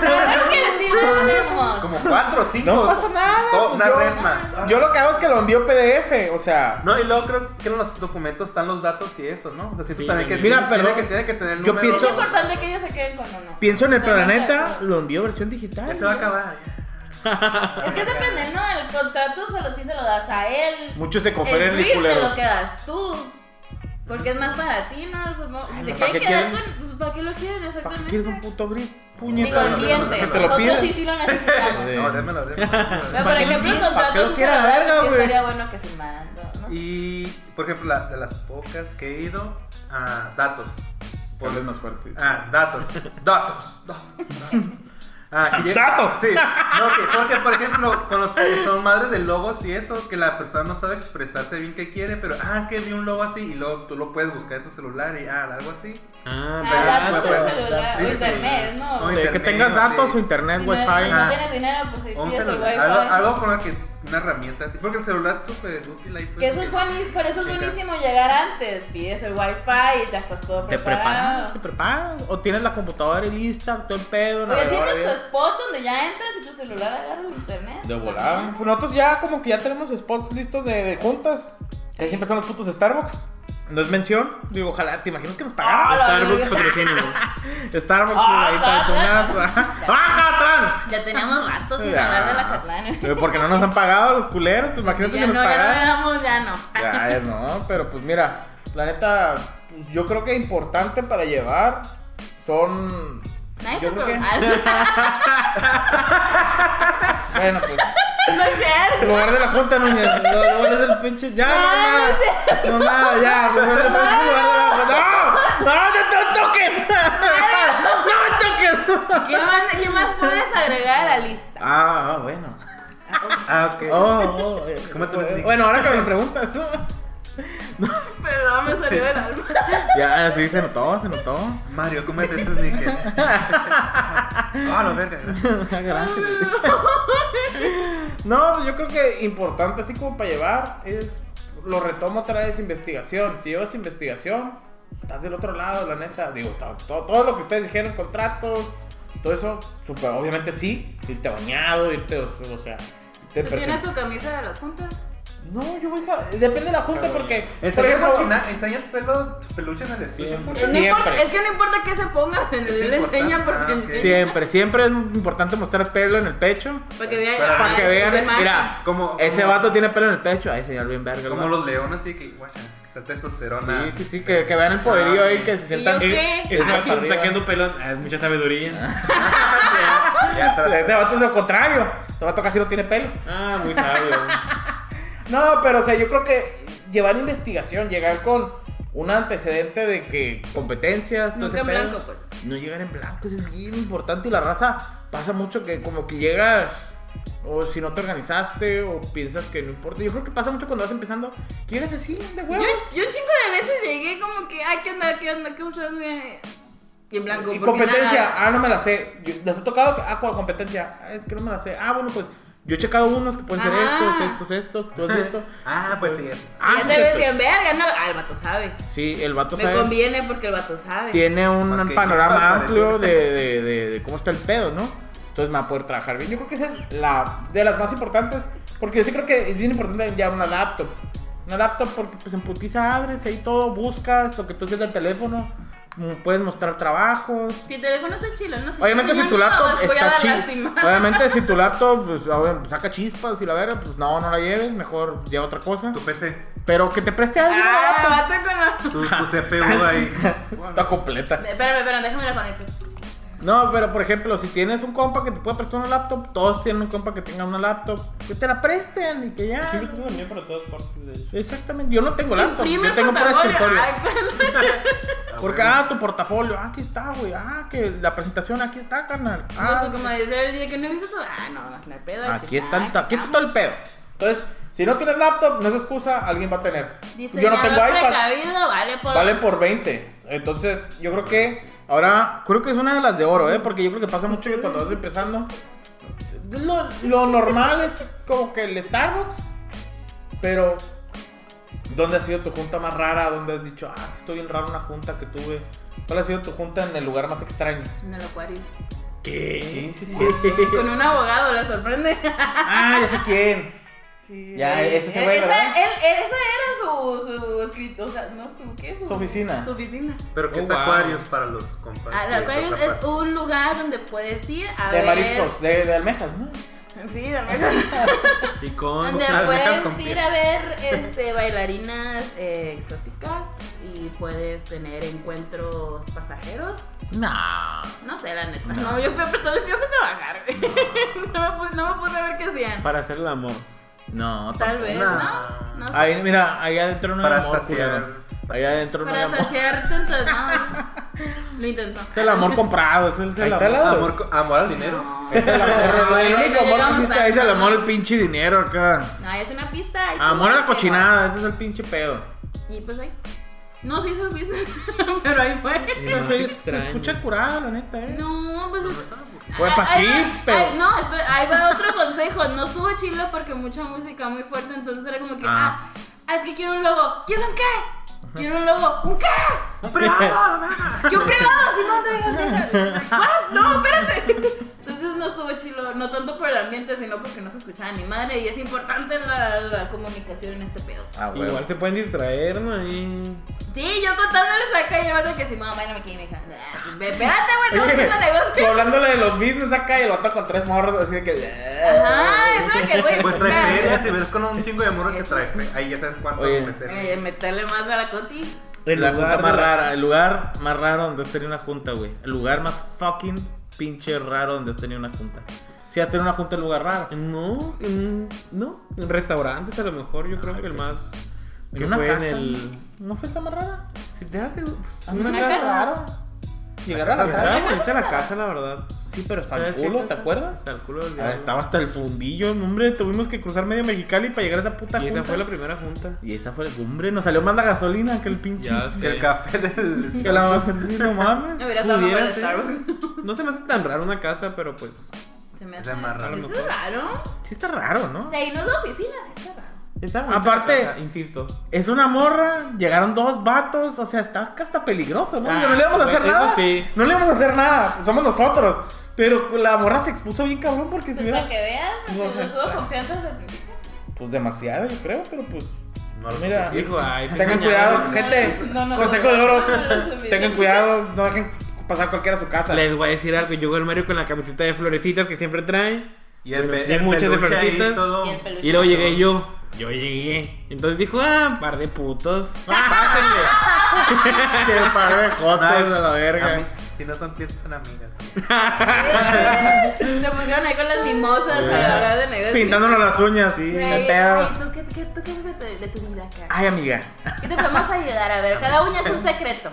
S3: Claro que sí hacemos?
S4: Como cuatro o cinco.
S1: No pasa nada,
S4: To-
S1: pues
S4: una
S1: yo-
S4: resma.
S1: Yo lo que hago es que lo envío PDF, o sea.
S4: No, y luego creo que en los documentos están los datos y eso, ¿no? O sea, si tú
S2: Sí,
S4: también que
S2: también.
S1: Mira,
S4: tiene
S1: perdón.
S4: que, tiene que tener el
S1: Yo
S4: número.
S3: Es
S1: pienso-
S3: importante que ellos se queden con uno.
S1: Pienso en el
S3: No, no, no,
S1: planeta,
S3: no.
S1: lo envío versión
S4: Ya
S1: digital.
S4: se va a acabar.
S3: Es que es depende, ¿no? El contrato solo sí se lo das a él.
S1: Muchos
S3: el
S1: ecoferes
S3: brief te
S1: culeros.
S3: lo quedas tú. Porque es más para ti, ¿no? Somos- Si se
S1: ¿para
S3: quieren
S1: qué
S3: quedar
S1: quieren?
S3: con. pues, ¿Para qué lo quieren
S1: ¿Para qué
S3: exactamente?
S1: quieres un puto brief?
S3: Digo,
S1: Puñeta.
S3: el cliente.
S1: Que te lo
S3: Nosotros
S1: pidan.
S3: sí sí lo necesitamos.
S1: Sí.
S4: No, démelo, démelo.
S1: ¿Para
S3: Pero por
S1: qué lo
S3: ejemplo, el
S1: piden? ¿Para
S3: contrato
S1: qué lo
S3: sí
S1: quiere
S3: se
S1: la
S3: das,
S1: verga,
S3: sí
S1: güey?
S3: Estaría bueno que firmaran. ¿no?
S4: Y, por ejemplo, la- de las pocas que he ido, ah, datos. Por-
S1: Ponle más fuerte.
S4: Ah, datos. Datos. Datos. Ah, que llega-
S1: ¡Datos!
S4: Sí. No, que- porque, por ejemplo, con los que son madres de logos y eso, que la persona no sabe expresarse bien qué quiere, pero, ah, es que vi un logo así y luego tú lo puedes buscar en tu celular y, ah, algo así.
S2: Ah,
S3: Ah, datos
S4: pues,
S3: de
S4: pues,
S3: celular,
S4: sí,
S3: o
S4: sí.
S3: internet, ¿no?
S4: No,
S1: De que
S4: internet,
S1: tengas
S4: no
S1: datos,
S4: sé.
S1: internet,
S3: Si no-
S1: wifi.
S3: Si no
S4: Ah.
S3: tienes dinero, pues ahí
S4: O un
S3: pides el
S4: celular.
S3: wifi.
S4: Algo, algo con la que, una herramienta así. Porque el celular es súper útil ahí. Pues,
S3: Que eso es
S4: porque-
S3: buenísimo, por eso es
S4: Sí, claro.
S3: buenísimo llegar antes. Pides el wifi y ya estás todo
S1: Te preparas, te
S3: preparado.
S1: preparas. O tienes la computadora lista, todo el pedo.
S3: O ya
S1: navegador
S3: tienes tu
S1: abierto.
S3: spot donde ya entras y tu celular agarra el internet.
S1: De volada. Pues nosotros ya como que ya tenemos spots listos de, de juntas. Que ahí siempre son los putos Starbucks. No es mención. Digo, ojalá, ¿te imaginas que nos pagaran?
S2: Starbucks patrocínio.
S1: Starbucks,
S3: Ah,
S1: ahí está, tú
S3: Catlán.
S1: unas- ¡Ah,
S3: Ya teníamos ratos sin
S1: Ya.
S3: hablar de la Catlana.
S1: Catlán! Porque no nos han pagado los culeros. ¿Te imaginas
S3: Ya
S1: que nos
S3: no, ya no le
S1: pagaran?
S3: damos, ya no.
S1: Ya, ya no, pero pues mira, la neta, pues, yo creo que importante para llevar son.
S3: Nadie
S1: yo
S3: te
S1: creo que.
S3: preguntó.
S1: Bueno, pues.
S3: No es
S1: El
S3: cierto.
S1: lugar de la junta, Núñez. El lugar del pinche. Ya, Ah, no, nada. No, nada, ya. El lugar del pinche lugar de la junta. ¡No! ¡No, no te toques! ¡No me toques!
S3: ¿Qué más, ¿Qué más puedes agregar a la lista?
S1: Ah, ah, bueno.
S4: Ah, ok.
S1: Oh, oh, eh,
S4: ¿Cómo te lo explico?
S1: Bueno, ahora que me preguntas.
S3: Perdón, me salió del alma.
S1: Ya, sí, se notó, se notó.
S4: Mario, cómete esos níqueles. Ah, la verga.
S1: Gracias. No, pues yo creo que importante así como para llevar es, lo retomo otra vez, investigación. Si llevas investigación, estás del otro lado, la neta. Digo, to- to- todo, lo que ustedes dijeron, contratos, todo eso, super, obviamente sí, irte bañado, irte, o, o sea, irte
S3: ¿Tú tienes
S1: present-
S3: tu camisa de las juntas?
S1: No, yo voy a... Depende de la junta porque... Por
S4: Enseñas
S1: ejemplo,
S4: mochina- enseñas pelo, peluche en el estudio.
S1: Sí.
S4: por
S3: No importa,
S1: Siempre.
S3: es que no importa qué se ponga, se le, le enseña porque
S4: Ah, ok.
S3: enseña.
S1: siempre, siempre es importante mostrar pelo en el pecho.
S3: Para que vean.
S4: Para
S1: Para que
S3: ah,
S1: vean,
S3: imagen.
S1: mira,
S4: Como-
S1: ese
S4: como-
S1: vato tiene pelo en el pecho. Ay, señor, bien verga. el
S4: Como
S1: vato.
S4: los leones, así que, guacha, está testosterona.
S1: Sí, sí, sí, que, que vean el poderío ahí, que se sientan.
S3: ¿Y yo
S1: Eh,
S3: qué?
S1: es
S2: Ah,
S1: más
S2: que se está
S1: arriba. Ah.
S2: quedando pelón. Ah, mucha sabedoría.
S4: Ya atrás.
S1: Este vato es lo contrario. Este vato casi no tiene pelo.
S2: Ah, muy sabio.
S1: No, pero o sea, yo creo que llevar investigación, llegar con un antecedente de que competencias. todo
S3: Nunca
S1: ese
S3: en
S1: pedo.
S3: blanco, pues.
S1: No llegar en blanco, eso es bien importante. Y la raza pasa mucho que, como que llegas. O si no te organizaste, o piensas que no importa. Yo creo que pasa mucho cuando vas empezando. ¿Quieres así, de
S3: Yo,
S1: huevos?
S3: yo un chingo de veces llegué como que, ay, ¿qué onda? ¿Qué onda? ¿Qué usas? güey? Y en blanco.
S1: Y
S3: porque
S1: competencia,
S3: nada.
S1: ah, no me la sé. Yo- ¿Les ha tocado? que- Ah, ¿cuál competencia? Ah, es que no me la sé. Ah, bueno, pues yo he checado unos que pueden ser
S3: Ajá.
S1: estos, estos, estos, todo esto.
S4: Ah, pues sí. es.
S1: Ah,
S3: ya
S1: sí,
S3: te
S1: cierto.
S3: ves bien verga, ¿no? Ah, el vato sabe.
S1: Sí, el vato
S3: Me
S1: sabe-
S3: conviene porque el vato sabe.
S1: Tiene un
S4: Más que-
S1: panorama
S4: más
S1: amplio de,
S4: parecido.
S1: de- de- de cómo está el pedo, ¿no? Entonces me va a poder trabajar bien. Yo creo que esa es la de las más importantes. Porque yo sí creo que es bien importante ya una laptop. Una laptop porque pues en putiza abres ahí todo, buscas lo que tú quieres del teléfono. mm, Puedes mostrar trabajos.
S3: Si el teléfono está chilo, no sé.
S1: Obviamente si tu
S3: no,
S1: laptop
S3: vas, voy a
S1: está Ah,
S3: dar
S1: chis,
S3: lástima.
S1: Obviamente si tu laptop pues, a ver, saca chispas y la verga, pues no, no la lleves, mejor lleva otra cosa.
S4: Tu PC,
S1: Pero que te preste algo.
S3: Ah, el vato con la...
S4: tu, tu CPU ahí.
S1: Está completa.
S3: Espérame, espérame, déjame la conecto.
S1: No, pero por ejemplo, si tienes un compa que te puede prestar una laptop, todos tienen un compa que tenga una laptop, que te la presten y que ya.
S2: Siempre tengo la mía para todas partes, de hecho.
S1: Exactamente, yo no tengo laptop,
S3: Imprime
S1: yo tengo
S3: el
S1: por
S3: portafolio.
S1: escritorio.
S3: Ay, perdón.
S1: Porque,
S4: bueno.
S1: ah, tu portafolio, ah, aquí está, güey, ah, que la presentación aquí está, carnal. Ah,
S3: No, pues, como decía el día que no he visto todo. Ah, no, no hay pedo. ah,
S1: Aquí está, el- aquí está
S3: estamos.
S1: todo el pedo. Entonces, si no tienes laptop, no es excusa, alguien va a tener.
S3: Dice,
S1: yo no tengo iPad.
S3: precavido, vale por...
S1: Vale por 20. Entonces, yo creo que ahora, creo que es una de las de oro, ¿eh? Porque yo creo que pasa mucho que cuando vas empezando, lo, lo normal es como que el Starbucks, pero ¿dónde ha sido tu junta más rara? ¿Dónde has dicho, ah, que estoy bien raro una junta que tuve? ¿Cuál ha sido tu junta en el lugar más extraño?
S3: En el acuario.
S1: ¿Qué?
S5: Sí, sí, sí.
S3: Con un abogado, la sorprende.
S1: Ah, ya sé quién.
S5: Sí. Ya, ese se
S3: Él-
S5: fue, ¿verdad?
S3: E-, esa, él, él- esa era su, su escrito, o sea, no, su, ¿qué?
S1: Su oficina.
S3: Su oficina.
S4: Pero que
S2: Oh,
S4: es
S2: wow.
S4: Acuarios para los compadres.
S3: Ah, la Aquarius es un lugar donde puedes ir a
S1: De
S3: ver...
S1: mariscos, de, de almejas, ¿no?
S3: Sí, de mariscos.
S2: Y con
S3: donde
S4: las viejas con
S3: puedes
S4: pies.
S3: ir a ver este, bailarinas eh, exóticas y puedes tener encuentros pasajeros.
S1: No.
S3: No sé, la neta. No, yo fui a, yo fui a trabajar. No. me puse, no me puse a ver qué hacían.
S2: para hacer el amor.
S1: No,
S3: Tal vez, ¿no?
S4: No.
S3: No sé.
S1: Ahí, mira, ahí adentro no hay
S4: Para
S1: amor,
S4: saciar.
S1: culero. Ahí adentro no hay
S3: Para
S1: amor.
S3: saciarte, entonces, no. Lo intentó.
S1: Es el amor comprado, es el, es el
S5: Ahí está
S1: amor.
S5: la-
S4: Amor, co- amor al dinero.
S3: No.
S1: Es el amor,
S3: No,
S1: el
S3: no
S1: único amor que
S3: llegamos
S1: existe
S3: a-
S1: es el amor al pinche dinero acá.
S3: No, es una pista. y
S1: Amor a la
S3: todo,
S1: cochinada, ese es el pinche pedo.
S3: Y pues ahí. No, sí hizo el business, pero ahí fue.
S1: Eso
S2: no,
S1: se,
S2: sí
S1: se
S2: extraño.
S1: escucha curada, la neta, eh.
S3: No, pues. es-
S1: Fue pa'
S3: Ahí-
S1: ti,
S3: ahí va-
S1: pero-
S3: ahí- no, espera, ahí va otro consejo. No estuvo chilo porque mucha música muy fuerte, entonces era como que,
S1: Ah.
S3: ah, ah, es que quiero un logo. ¿Quieres un qué? Quiero un logo. ¿Un qué?
S4: ¡Un privado!
S3: ¿Qué un privado? Si no, traigan. ¿What? No, espérate. Entonces no estuvo chilo, no tanto por el ambiente, sino porque no se escuchaba ni madre. Y es importante la, la comunicación en este pedo.
S1: Ah, huevo.
S2: Igual se pueden distraer, ¿no? Ahí.
S3: Sí, yo contándoles acá y el vato que si mamá, no me quiere, hija. Ah, pues, Espérate, güey, estamos haciendo
S1: Tú
S3: negocio.
S1: hablándole de los business acá y el vato con tres morros así de que. "Eh".
S3: Ajá, eso de que, güey.
S4: Pues trae
S3: claro.
S4: feria, si ves con un chingo de morro que trae feria. Ahí ya sabes cuánto
S1: Oye.
S4: meter.
S3: Eh, meterle más a la Coti.
S1: El la junta
S2: lugar
S1: más
S2: de-
S1: rara, el lugar más raro donde has tenido una junta, güey. El lugar más fucking pinche raro donde has tenido una junta. Si has tenido una junta en lugar raro.
S2: No, en- no. En restaurantes a lo mejor, yo creo que el más.
S1: ¿En
S2: Que
S1: una
S2: fue
S1: casa?
S2: en el.
S1: ¿No fue esa más rara?
S2: Si te hace. Pues,
S1: A mí se
S3: ¿Una
S1: me hace
S3: casa?
S1: raro. Llegar a la
S2: estaba
S1: casa.
S2: bonita la casa, la verdad.
S1: Sí, pero hasta el
S2: ¿Sabes qué
S1: culo, ¿te
S2: casa?
S1: acuerdas?
S2: Hasta el culo del
S1: Ah,
S2: diablo.
S1: Estaba hasta el fundillo, hombre. Tuvimos que cruzar medio Mexicali para llegar a esa puta
S2: Y esa
S1: junta.
S2: fue la primera junta.
S1: Y esa fue la cumbre. Nos salió más la gasolina que el pinche.
S2: Ya sé.
S4: Que el café del.
S1: Que la sí, no
S3: No
S1: mames.
S3: hubiera estado mejor
S2: Pudiera
S3: en Starbucks.
S2: ser. No se me hace tan raro una casa, pero pues.
S3: Se me
S4: Se me amarra.
S3: Eso es raro.
S1: Sí está raro, ¿no?
S3: O sea, y no es de oficina, sí está raro.
S2: está bonita
S1: Aparte-
S2: la casa, insisto.
S1: Es una morra, llegaron dos vatos, o sea, está hasta peligroso, ¿no? no le íbamos a hacer
S2: Ah, eso
S1: nada.
S2: sí.
S1: No le íbamos a hacer nada, somos nosotros. Pero la morra se expuso bien cabrón porque se
S3: Pues para
S1: hubiera...
S3: que veas,
S1: No
S3: no
S1: sé.
S3: nos hubo confianza desde el principio.
S1: Pues demasiado, yo creo, pero pues...
S4: No lo
S1: Mira,
S4: sé.
S2: Dijo, ay, se
S1: tengan
S2: engañaron.
S1: cuidado, gente.
S3: No, no,
S1: consejo
S3: no,
S1: de oro,
S3: no, no, no, no, no.
S1: tengan cuidado, no dejen pasar cualquiera a su casa.
S2: Les voy a decir algo. Llegó el Mario con la camiseta de florecitas que siempre trae.
S4: Y el,
S2: Bueno,
S4: pe-
S2: sí,
S4: el
S2: muchas de
S4: peluche ahí,
S2: florecitas.
S4: todo.
S3: Y el peluche.
S2: Y luego llegué yo. Yo llegué. Entonces dijo, ah, par de putos. Pásenle.
S1: Che, padre, jotos
S4: Ay,
S1: a la
S4: a mí,
S1: verga.
S4: Si no son clientes, son amigas.
S3: Se pusieron ahí con las mimosas a la hora de negocio.
S1: Pintándonos las uñas, sí,
S3: Sí,
S1: de
S3: ahí,
S1: pedo.
S3: ay, ¿tú qué, qué, tú qué es de tu, de tu vida acá?
S1: Ay, amiga.
S3: ¿Qué te podemos ayudar? A ver, cada uña es un secreto.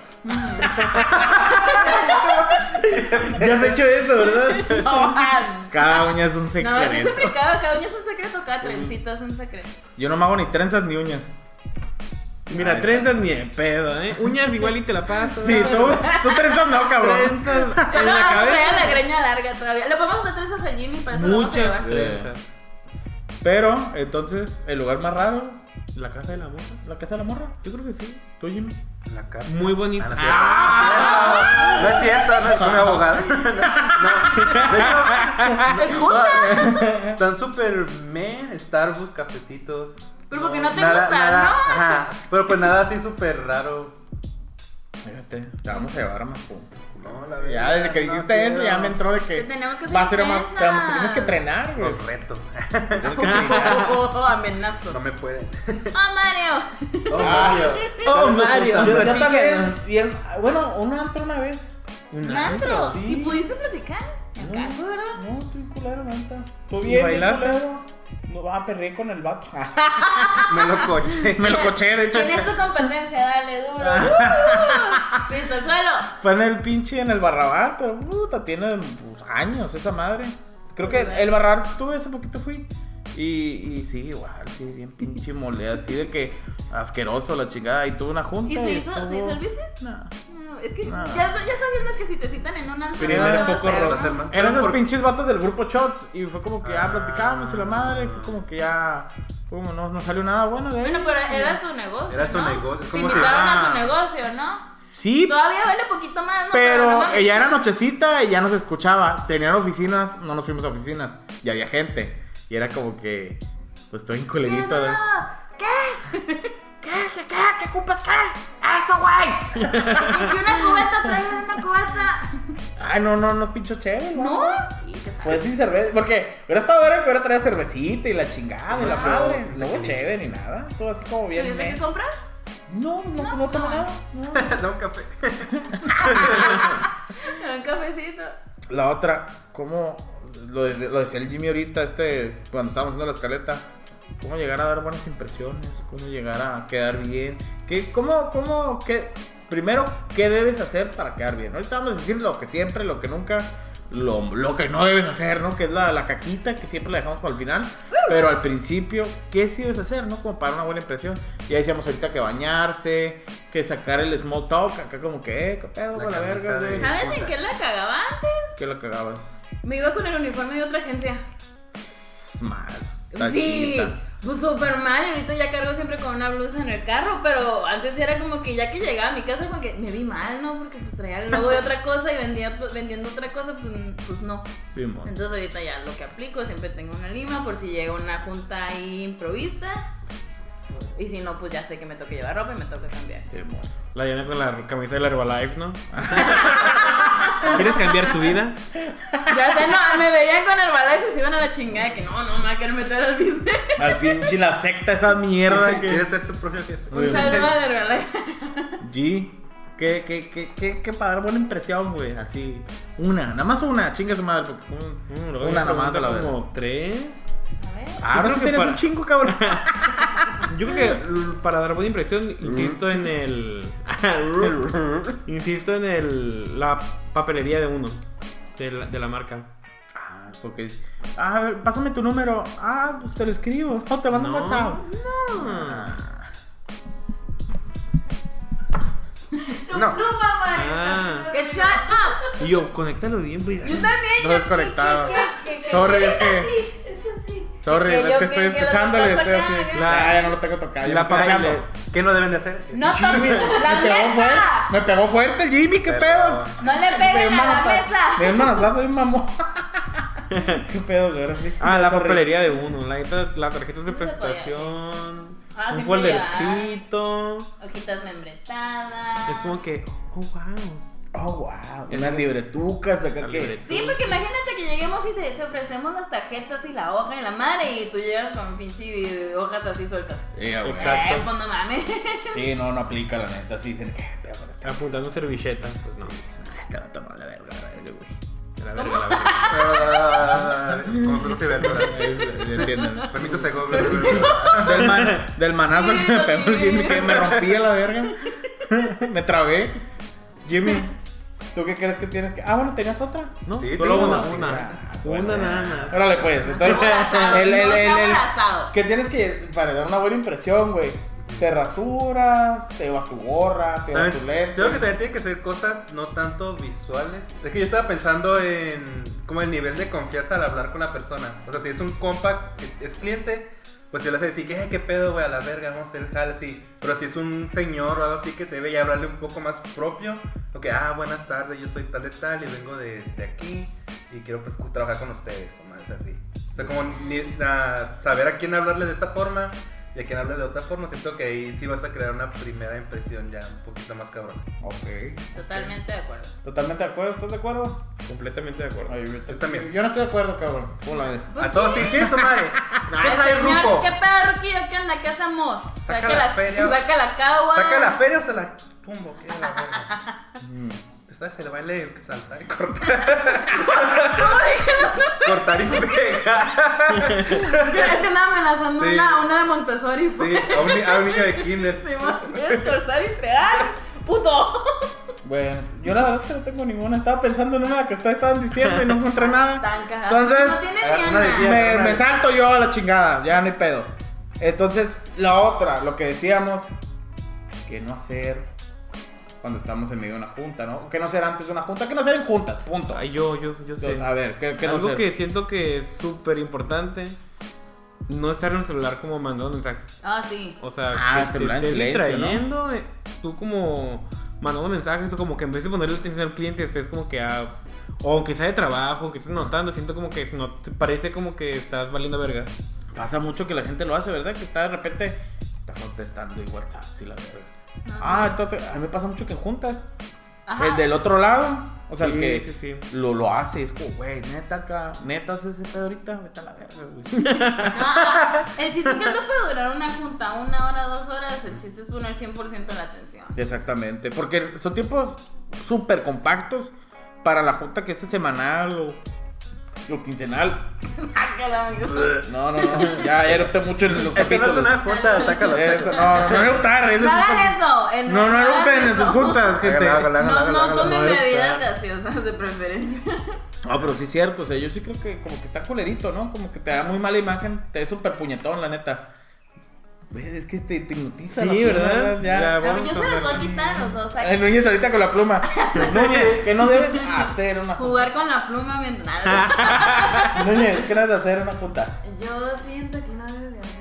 S2: Ya has hecho eso, ¿verdad?
S3: No, ah,
S1: Cada uña es un
S3: no,
S1: secreto.
S3: eso es explicado. Cada uña es un secreto, cada trencito es un secreto.
S1: Yo no me hago ni trenzas ni uñas.
S2: Mira,
S1: Ay,
S2: trenzas ni de pedo, ¿eh? Uñas igual y te la paso.
S1: Sí, tú, tú trenzas no, cabrón.
S2: Trenzas en
S3: no,
S2: la
S3: traía la
S2: cabeza.
S3: greña larga todavía. Le podemos hacer trenzas al Jimmy, para eso lo vamos a
S2: Muchas
S3: llevar.
S2: trenzas.
S1: Pero, entonces, el lugar más raro,
S2: La casa de la moza.
S1: la casa de la morra.
S2: Yo creo que sí.
S1: Tú, Jimmy.
S4: La casa.
S2: Muy Ah. bonita.
S4: Ah, no es cierto, no es una abogada. No. De hecho, Están súper men, Starbucks, cafecitos.
S3: Pero porque no te gustan,
S4: nada,
S3: ¿no?
S4: Ajá. Pero pues nada así súper raro.
S1: Fíjate, te vamos a llevar a más puntos.
S4: No, la
S1: Ya, desde que
S4: no
S1: dijiste
S4: quiero.
S1: eso, ya me entró de
S3: Te
S1: que.
S3: tenemos que hacer
S1: va a ser más. Te,
S3: trenzas.
S1: te tienes que entrenar, güey.
S4: Los reto.
S1: Te tienes que entrenar.
S3: Oh, oh, amenazo.
S4: No me pueden.
S3: ¡Ah, Mario!
S4: Oh,
S1: Ah.
S4: Mario.
S2: Oh, Mario.
S1: Yo, yo también.
S2: Platícanos.
S1: bien- bueno, un antro una vez.
S2: Un
S3: ¿Un
S2: antro.
S3: antro?
S1: sí.
S3: ¿Y pudiste platicar? ¿Acaso, verdad?
S1: No, estoy culero, neta. ¿Tú
S2: ¿Y
S1: bien?
S2: bailaste?
S1: bien culero. No, va a perrear con el vato.
S4: Me lo coche.
S1: Me lo coché, de hecho.
S3: ¿Quién es tu competencia? Dale, duro.
S1: Ah.
S3: Uh. ¡Listo, al suelo!
S1: Fue en el pinche, en el barrabar, pero puta, tiene pues, años esa madre. Creo que el barrabar tuve hace poquito fui. Y, y sí, igual, sí, bien pinche mole, así de que asqueroso la chingada. Y tuve una junta.
S3: ¿Y se hizo,
S1: estuvo-
S3: se hizo el business?
S1: No.
S3: No, no. Es que
S1: Ah.
S3: ya, ya sabiendo que si te citan en un antro,
S1: Primer
S3: no te va a
S1: foco
S3: hacer,
S1: rojo.
S3: ¿no?
S4: Los hermanos-
S1: Eran esos
S4: ¿Por-
S1: pinches vatos del grupo Shots y fue como que ya
S4: Ah.
S1: platicábamos y la madre, y fue como que ya fue como no, no salió nada bueno de ahí.
S3: Bueno, pero era su negocio.
S4: Era su
S3: ¿no?
S4: negocio, es
S3: Te
S4: como si-
S3: invitaron a
S1: Ah.
S3: su negocio, ¿no?
S1: Sí,
S3: Todavía vale poquito más, ¿no? no
S1: pero
S3: mames.
S1: ella era nochecita y ya nos escuchaba. Tenían oficinas, no nos fuimos a oficinas y había gente. Y era como que, pues estoy en
S3: ¿Qué es
S1: culeguito.
S3: eso?
S1: de-
S3: ¿Qué? ¿Qué? ¿Qué? ¿Qué? ¿Qué ocupas? ¿Qué? ¡Eso, güey! ¿Y que una cubeta? ¿Traen una cubeta?
S1: Ay, no, no, no, pincho chévere.
S3: ¿No?
S1: Pues sin cerveza, porque hubiera estado bueno que hubiera traído cervecita y la chingada y la
S4: Ah.
S1: madre. No hubo chévere ni nada, todo así como bien.
S3: ¿Tuviste que
S1: meh.
S3: comprar?
S1: No, no, no,
S3: No,
S1: tomé
S3: no.
S1: nada. no.
S4: Da un café.
S3: Un cafecito.
S1: La otra, ¿cómo? Lo, de- lo decía el Jimmy ahorita, este, cuando estábamos haciendo la escaleta. ¿Cómo llegar a dar buenas impresiones? ¿Cómo llegar a quedar bien? ¿Qué, ¿Cómo, cómo, qué? Primero, ¿qué debes hacer para quedar bien? Ahorita vamos a decir lo que siempre, lo que nunca, lo, lo que no debes hacer, ¿no? Que es la, la caquita que siempre la dejamos para el final. Pero al principio, ¿qué sí debes hacer, no? Como para una buena impresión. Ya decíamos ahorita que bañarse, que sacar el small talk, acá como que, eh, qué pedo
S4: La
S1: con la
S4: camisa
S1: verga,
S4: de-
S1: güey.
S3: ¿Sabes en qué la cagaba antes?
S1: Que la cagabas.
S3: Me iba con el uniforme de otra agencia.
S1: mal. Está
S3: sí,
S1: chida.
S3: pues súper mal. y Ahorita ya cargo siempre con una blusa en el carro, pero antes era como que ya que llegaba a mi casa, como que me vi mal, ¿no? Porque pues traía el logo de otra cosa y vendía, vendiendo otra cosa, pues, pues no.
S1: Sí, mon.
S3: Entonces ahorita ya lo que aplico, siempre tengo una lima por si llega una junta ahí improvista. Y si no, pues ya sé que me toca llevar ropa y me toca cambiar.
S1: Sí, mon.
S2: La llena con la camisa de la Herbalife, ¿no? ¿Quieres cambiar tu vida?
S3: Ya sé, no, me veían con el balance y se iban a la chingada de que no, no, me va a querer meter al business.
S1: Al pinche la secta esa mierda que
S4: ¿Quieres ser tu propio jefe?
S1: Muy
S3: Un
S1: bien.
S3: saludo al Herbalife.
S1: G. ¿Qué, qué, qué, qué, qué para dar buena impresión, güey? Así. Una, nada más una, chinga su madre. Porque como- una nada más de la verga.
S2: Como tres.
S3: A ver.
S1: Ah, creo
S2: creo
S1: que
S2: que
S1: tienes
S2: para-
S1: un chingo, cabrón.
S2: Yo creo que l- para dar buena impresión, insisto en el. insisto en el. La papelería de uno. De la, de la marca.
S1: ah, porque es. Ah, a ver, pásame tu número. Ah, pues te lo escribo. No, te mando un
S2: No.
S1: WhatsApp.
S2: No.
S3: Tú,
S4: No.
S3: no, mamá.
S2: Ah.
S3: Que shut up.
S2: Y yo, conéctalo bien, güey.
S3: Yo también.
S1: No
S3: yo-
S1: desconectado.
S3: que- que- que- que-
S1: Sorry,
S3: que-
S1: es que-
S3: así, Es así.
S1: Sorry,
S3: Que
S1: es
S3: yo
S1: que estoy
S3: lo que
S1: escuchándole.
S3: estás
S1: Estoy así.
S3: acá, ¿no?
S1: La, ya no lo tengo tocado. ya me
S2: La
S1: estoy
S2: papel-
S1: ahogando.
S4: ¿Qué no deben de hacer?
S3: No toques la
S1: me, pegó fuerte,
S3: mesa.
S1: me pegó fuerte el Jimmy, qué pedo.
S3: No le
S1: Me
S3: peguen a la
S1: mata.
S3: mesa.
S1: Me dio un manazazo bien mamón. Qué pedo, güey. ahora sí.
S2: Ah, la
S1: Sorry.
S2: papelería de uno. La, neta, la tarjeta de
S3: Eso es de
S2: presentación.
S3: Ah, sí,
S2: un foldercito.
S3: Hojitas membretadas.
S2: Es como que, oh, wow.
S1: Oh, wow. Unas libretucas acá
S2: La
S1: que.
S2: libreta.
S3: Sí, porque imagínate que lleguemos y te, te ofrecemos las tarjetas y la hoja y la madre y tú llegas con pinche hojas así sueltas.
S1: Sí, güey.
S2: Exacto.
S3: Eh, pues no mames.
S1: Sí, no, no aplica, la neta. Sí, dicen que. Pero, pero, pero,
S2: Apuntando servilleta. Pues no.
S1: te va a tomar Ah, la verga, la verga, güey.
S2: A La verga, a la verga.
S4: Ah, Como frutas y verduras.
S1: Yo entiendo.
S4: Permito se
S1: Del, man- del manazo
S3: Sí,
S1: que me
S3: lo
S1: pegó el
S3: vi.
S1: Jimmy, que me rompía la verga. me trabé. Jimmy, ¿tú qué crees que tienes que.? Ah, bueno, tenías otra.
S2: No,
S4: Sí,
S2: solo
S4: tengo
S2: una.
S4: una,
S2: Una,
S1: Ah, bueno.
S2: una nada más.
S1: Órale, pues. Entonces,
S3: abrazado,
S1: el, el,
S3: no
S1: el,
S3: está
S1: el-
S3: abrazado.
S1: que tienes que, para dar una buena impresión, güey, te rasuras, te llevas tu gorra, te llevas tus
S4: También-
S1: lentes.
S4: Creo que también tiene que ser cosas no tanto visuales. Es que yo estaba pensando en como el nivel de confianza al hablar con la persona. O sea, si es un compa que es cliente, pues yo le hace decir, "Eh, ¿qué pedo, güey? A la verga, vamos a hacer el jale así. Pero si es un señor o algo así que te debe ya hablarle un poco más propio, o que, ah, buenas tardes, yo soy tal de tal y vengo de, de aquí y quiero pues, trabajar con ustedes, o más así. O sea, como ni- na- saber a quién hablarle de esta forma y a quién hablarle de otra forma. Siento que ahí sí vas a crear una primera impresión ya un poquito más cabrón.
S1: Ok.
S3: Totalmente de acuerdo.
S1: Totalmente de acuerdo, ¿estás de acuerdo?
S2: Completamente de acuerdo.
S1: Ay, yo,
S4: Yo también.
S1: yo no estoy de acuerdo, cabrón. ¿Cómo la ves?
S4: A todos sí, ¿qué es eso, madre? ¿Qué
S3: El
S4: trae el
S3: Pues, señor,
S4: ruco?
S3: ¿Qué pedo, Ruquillo? ¿Qué onda? ¿Qué hacemos?
S4: Saca la feria.
S3: Saca la cagua.
S4: ¿Saca la feria o se la pumbo? ¿Qué la verga?
S1: Mm.
S4: ¿Te sabes el baile de saltar y cortar? cortar y pegar.
S3: Es que andaba amenazando
S4: Sí.
S3: una, una de Montessori. pues.
S4: Sí, a un, ni- a un niño de kinder.
S3: Sí, más quieres cortar y pegar. ¡Puto!
S1: Bueno, yo la verdad es que no tengo ninguna. Estaba pensando en una que ustedes estaban diciendo y no encontré nada.
S3: Tan cagado.
S1: Entonces,
S3: no tiene
S4: agarra
S3: ni
S4: una de
S3: una.
S4: diez.
S1: Me, me salto yo a la chingada, ya no hay pedo. Entonces, la otra, lo que decíamos, que no hacer cuando estamos en medio de una junta, ¿no? Que no ser antes de una junta, que no ser en juntas, punto.
S2: Ay, yo, yo, yo sé.
S1: Entonces, a ver, ¿qué, qué no
S2: Algo
S1: hacer?
S2: que siento que es súper importante. No estar en el celular como mandando mensajes.
S3: Ah, sí.
S2: O sea,
S1: Ah,
S2: que
S1: celular en
S2: te estés
S1: silencio, ¿no?
S2: distrayendo. eh, Tú como mandando mensajes o como que en vez de ponerle atención al cliente estés como que a... O que sea de trabajo, que estés notando. Siento como que no, te parece como que estás valiendo verga.
S1: Pasa mucho que la gente lo hace, ¿verdad? Que está de repente está contestando y WhatsApp, sí, la verdad.
S3: No,
S1: Ah,
S3: sí.
S1: entonces, a mí me pasa mucho que en juntas,
S3: Ajá.
S1: el del otro lado, o sea,
S2: Sí,
S1: el que
S2: sí, sí.
S1: Lo, lo hace, es como, güey, neta acá, neta haces ese pedo ahorita, vete a la verga, güey.
S3: Ah, el chiste es que no puede durar una junta, una hora, dos horas. El chiste es poner 100% la atención.
S1: Exactamente, porque son tiempos súper compactos para la junta que es semanal o, o quincenal.
S3: Sácalo, amigo.
S1: No, no, no, ya erupté mucho en los
S4: Esto no
S1: capítulos.
S4: es una junta, sácalo.
S1: Eh, no, no, no eruptar, eso
S3: No
S1: es-
S3: hagan eso. en-
S1: No, no
S3: hagan
S1: erupten en sus
S3: eso.
S1: juntas, gente.
S4: Hágalo, hágalo.
S3: No, no tomen
S2: no,
S3: bebidas
S2: no.
S3: gaseosas de preferencia.
S1: No, pero sí es cierto, o sea, yo sí creo que como que está culerito, ¿no? Como que te da muy mala imagen, te es súper puñetón, la neta. Güey, Es que te, te hipnotiza.
S2: Sí,
S1: la pluma,
S2: ¿verdad?
S1: Ya.
S2: Ya,
S3: Pero
S2: vamos
S3: yo
S2: a
S3: se las voy a
S2: hablar.
S3: quitar los dos.
S1: El Núñez ahorita con la pluma. Núñez, que no debes hacer una junta.
S3: Jugar con la pluma mientras. nada.
S1: Núñez, que no debes hacer una junta.
S3: Yo siento que no debes de hacer.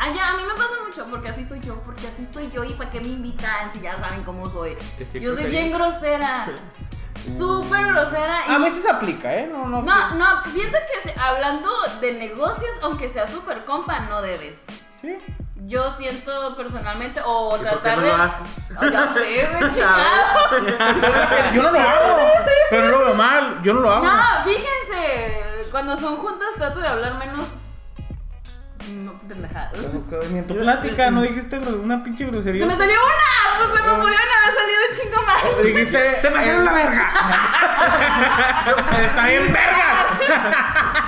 S3: Ah, ya, a mí me pasa mucho porque así soy yo, porque así soy yo y para qué me invitan si ya saben cómo soy.
S2: Te estoy
S3: Yo Ah, soy bien
S2: preferiendo.
S3: grosera, súper grosera. y-
S1: Ah, A veces aplica, ¿eh? No, no.
S3: No, no, siento que se- hablando de negocios, aunque sea súper compa, no debes.
S1: Sí.
S3: Yo siento personalmente, o
S4: ¿Y por qué
S3: tratar
S4: no
S3: de.
S4: lo haces?
S3: Oh, ya sé, güey, chingado.
S1: Yo no lo hago. Pero no lo veo mal. Yo no lo hago.
S3: No, fíjense, cuando son juntas trato de hablar menos. No, pendejadas.
S1: Ni en tu plática no dijiste gru- una pinche
S3: Se
S1: grosería.
S3: me salió una, pues se me pudieron haber salido un chingo más.
S1: Dijiste. Se me salió la verga. Está bien verga.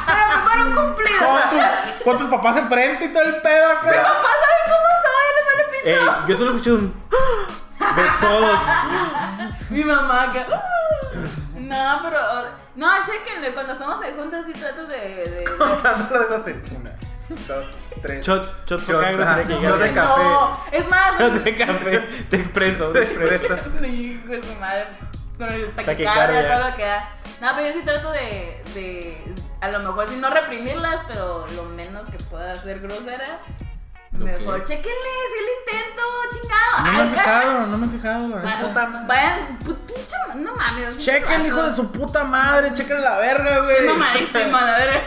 S3: Pero me fueron cumplidos.
S1: Con tus, con tus papás enfrente y todo el pedo acá.
S3: Papá, ¿saben cómo soy? No me
S2: Ey, yo solo escuché un... De todos.
S3: Mi mamá acá. No, pero. No, chequenle, cuando estamos ahí juntas sí trato de. de- de-
S4: Contando las groserías. Una, dos, tres.
S2: Shot, shot por
S4: Shot,
S2: cada
S4: ajá,
S2: grosería que
S4: shot de
S2: diga.
S3: No, es más.
S2: Shot de café. Te expreso. te expreso.
S4: Expresa.
S3: Hijo de su madre, Con el taquicardia,
S2: Taquicardia.
S3: todo lo que da. No, pero yo sí trato de, de. A lo mejor sí no reprimirlas, pero lo menos que pueda ser grosera. Mejor,
S1: Ok.
S3: chequenle, si el intento, chingado.
S1: No me he
S3: Ay,
S1: fijado, no me he fijado. la
S3: Vayan,
S1: neta.
S3: Vayan, pu- pinche ma- no mames.
S1: Checa el hijo de su puta madre. Checa la verga, güey.
S3: No mamadísimo, la verga.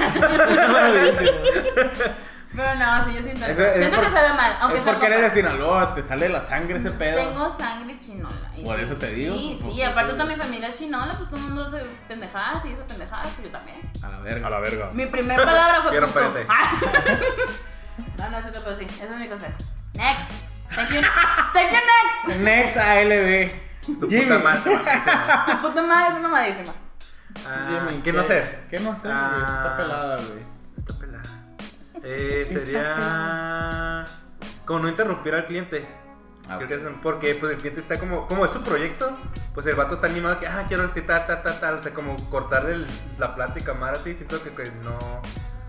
S3: Pero no, sí, yo siento,
S1: Es- es
S3: siento
S1: por-
S3: que sabe mal. Aunque
S1: es
S3: sea
S1: porque
S3: coca.
S1: eres de Sinaloa, te sale la sangre ese pedo.
S3: Tengo sangre chinola. y
S1: Por
S3: sí,
S1: eso te digo,
S3: Sí,
S1: pues,
S3: sí,
S1: por
S3: aparte
S1: eso-
S3: toda mi familia es chinola, pues todo el mundo hace pendejadas y dice pendejadas, pero yo también.
S1: A la verga. A la verga.
S3: Mi primer palabra fue
S4: Quiero
S3: puto.
S4: pete.
S3: Ah. No, no es cierto, pero sí, ese es mi consejo. Next. Thank you. Thank you next.
S1: Next ALB.
S4: Su puta
S1: Jimmy.
S4: madre.
S3: Tu puta madre es mamadísima.
S4: Ah,
S1: Jimmy, ¿qué no
S4: ok.
S1: hacer? ¿Qué no hacer? güey? Está
S4: Ah.
S1: pelada, güey.
S4: Está pelada. Eh, sería. Como no interrumpir al cliente.
S1: Ah,
S4: Creo que es- Porque pues, el cliente está como. Como es tu proyecto, pues el vato está animado que, ah, quiero decir tal, tal, tal, tal. O sea, como cortarle el- la plática más así. Siento que, que no.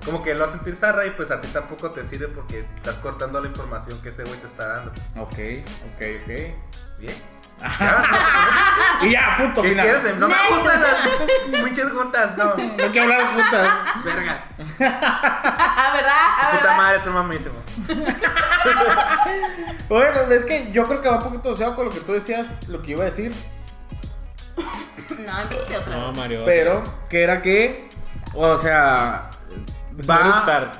S4: Como que lo va a sentir zarra y pues a ti tampoco te sirve porque estás cortando la información que ese güey te está dando.
S1: Ok, ok, ok.
S4: Bien.
S1: Y ya, punto,
S4: ¿Qué
S1: final.
S4: quieres? de- No me gustan las pinches juntas, no.
S1: No quiero hablar juntas.
S4: Verga.
S3: Ah, ¿Verdad?
S4: Puta
S3: ¿Verdad?
S4: madre, tu mamísimo.
S1: Bueno, es que yo creo que va un poquito asociado con lo que tú decías, lo que iba a decir.
S3: No, empiece otra
S2: No,
S3: vez.
S2: Mario.
S1: Pero, que era que. O sea. Va.
S2: Va.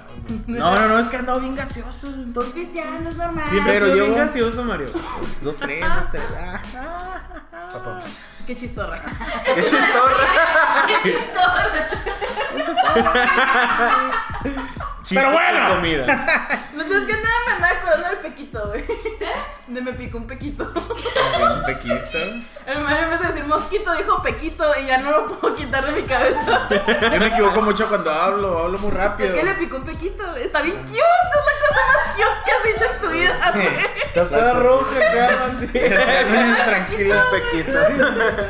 S1: No, no, no, es que andaba bien gaseoso.
S3: Estoy pisteando, es normal.
S2: Siempre
S1: Pero
S2: pero yo
S1: llevo-
S2: bien gaseoso, Mario.
S1: Dos, dos, tres, dos, tres. Ah.
S4: Papá.
S3: Qué chistorra.
S4: Qué chistorra.
S3: Qué chistorra.
S2: Chistes
S1: bueno.
S2: de Comida.
S3: No tienes que nada me andaba acordando del pequito, güey. De me picó un pequito.
S1: Un pequito.
S3: El Mario en vez de decir mosquito dijo pequito y ya no lo puedo quitar de mi cabeza.
S1: Yo me equivoco mucho cuando hablo, hablo muy rápido.
S3: Es que le picó un pequito. güey. Está bien cute. Es la cosa más cute que has dicho en tu vida, güey.
S1: Estás toda roja, cabrón. Tranquilo.
S4: Pequito.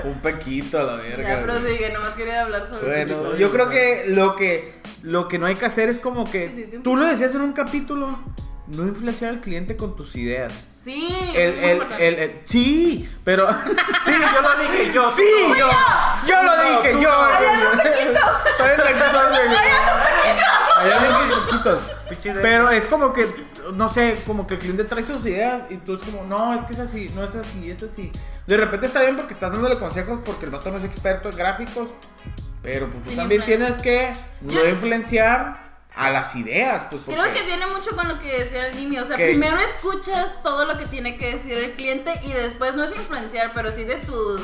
S1: Un pequito a la verga.
S3: Ya,
S1: güey.
S3: prosigue. Nomás quería hablar sobre
S1: Bueno,
S3: pequito.
S1: yo creo que lo que lo que no hay que hacer es como
S3: Hiciste
S1: que
S3: un
S1: tú lo decías en un capítulo, no influenciar al cliente con tus ideas.
S3: Sí,
S1: El,
S3: muy
S1: el,
S3: importante.
S1: el, el- sí, pero.
S4: Sí, yo lo dije yo.
S1: sí, yo, yo lo
S4: No,
S1: dije,
S4: tú
S1: yo.
S4: no.
S1: Todavía te
S4: Pinche de-
S1: Pero es como que, no sé, como que el cliente trae sus ideas y tú es como, no, es que es así, no es así, es así. De repente está bien porque estás dándole consejos porque el vato no es experto en gráficos, pero pues tú
S3: Sí,
S1: también
S3: influencia.
S1: tienes que no
S3: Yo-
S1: influenciar a las ideas, pues porque...
S3: Creo que viene mucho con lo que decía el Jimmy. O sea,
S1: ¿Qué?
S3: primero escuchas todo lo que tiene que decir el cliente y después no es influenciar, pero sí de tus.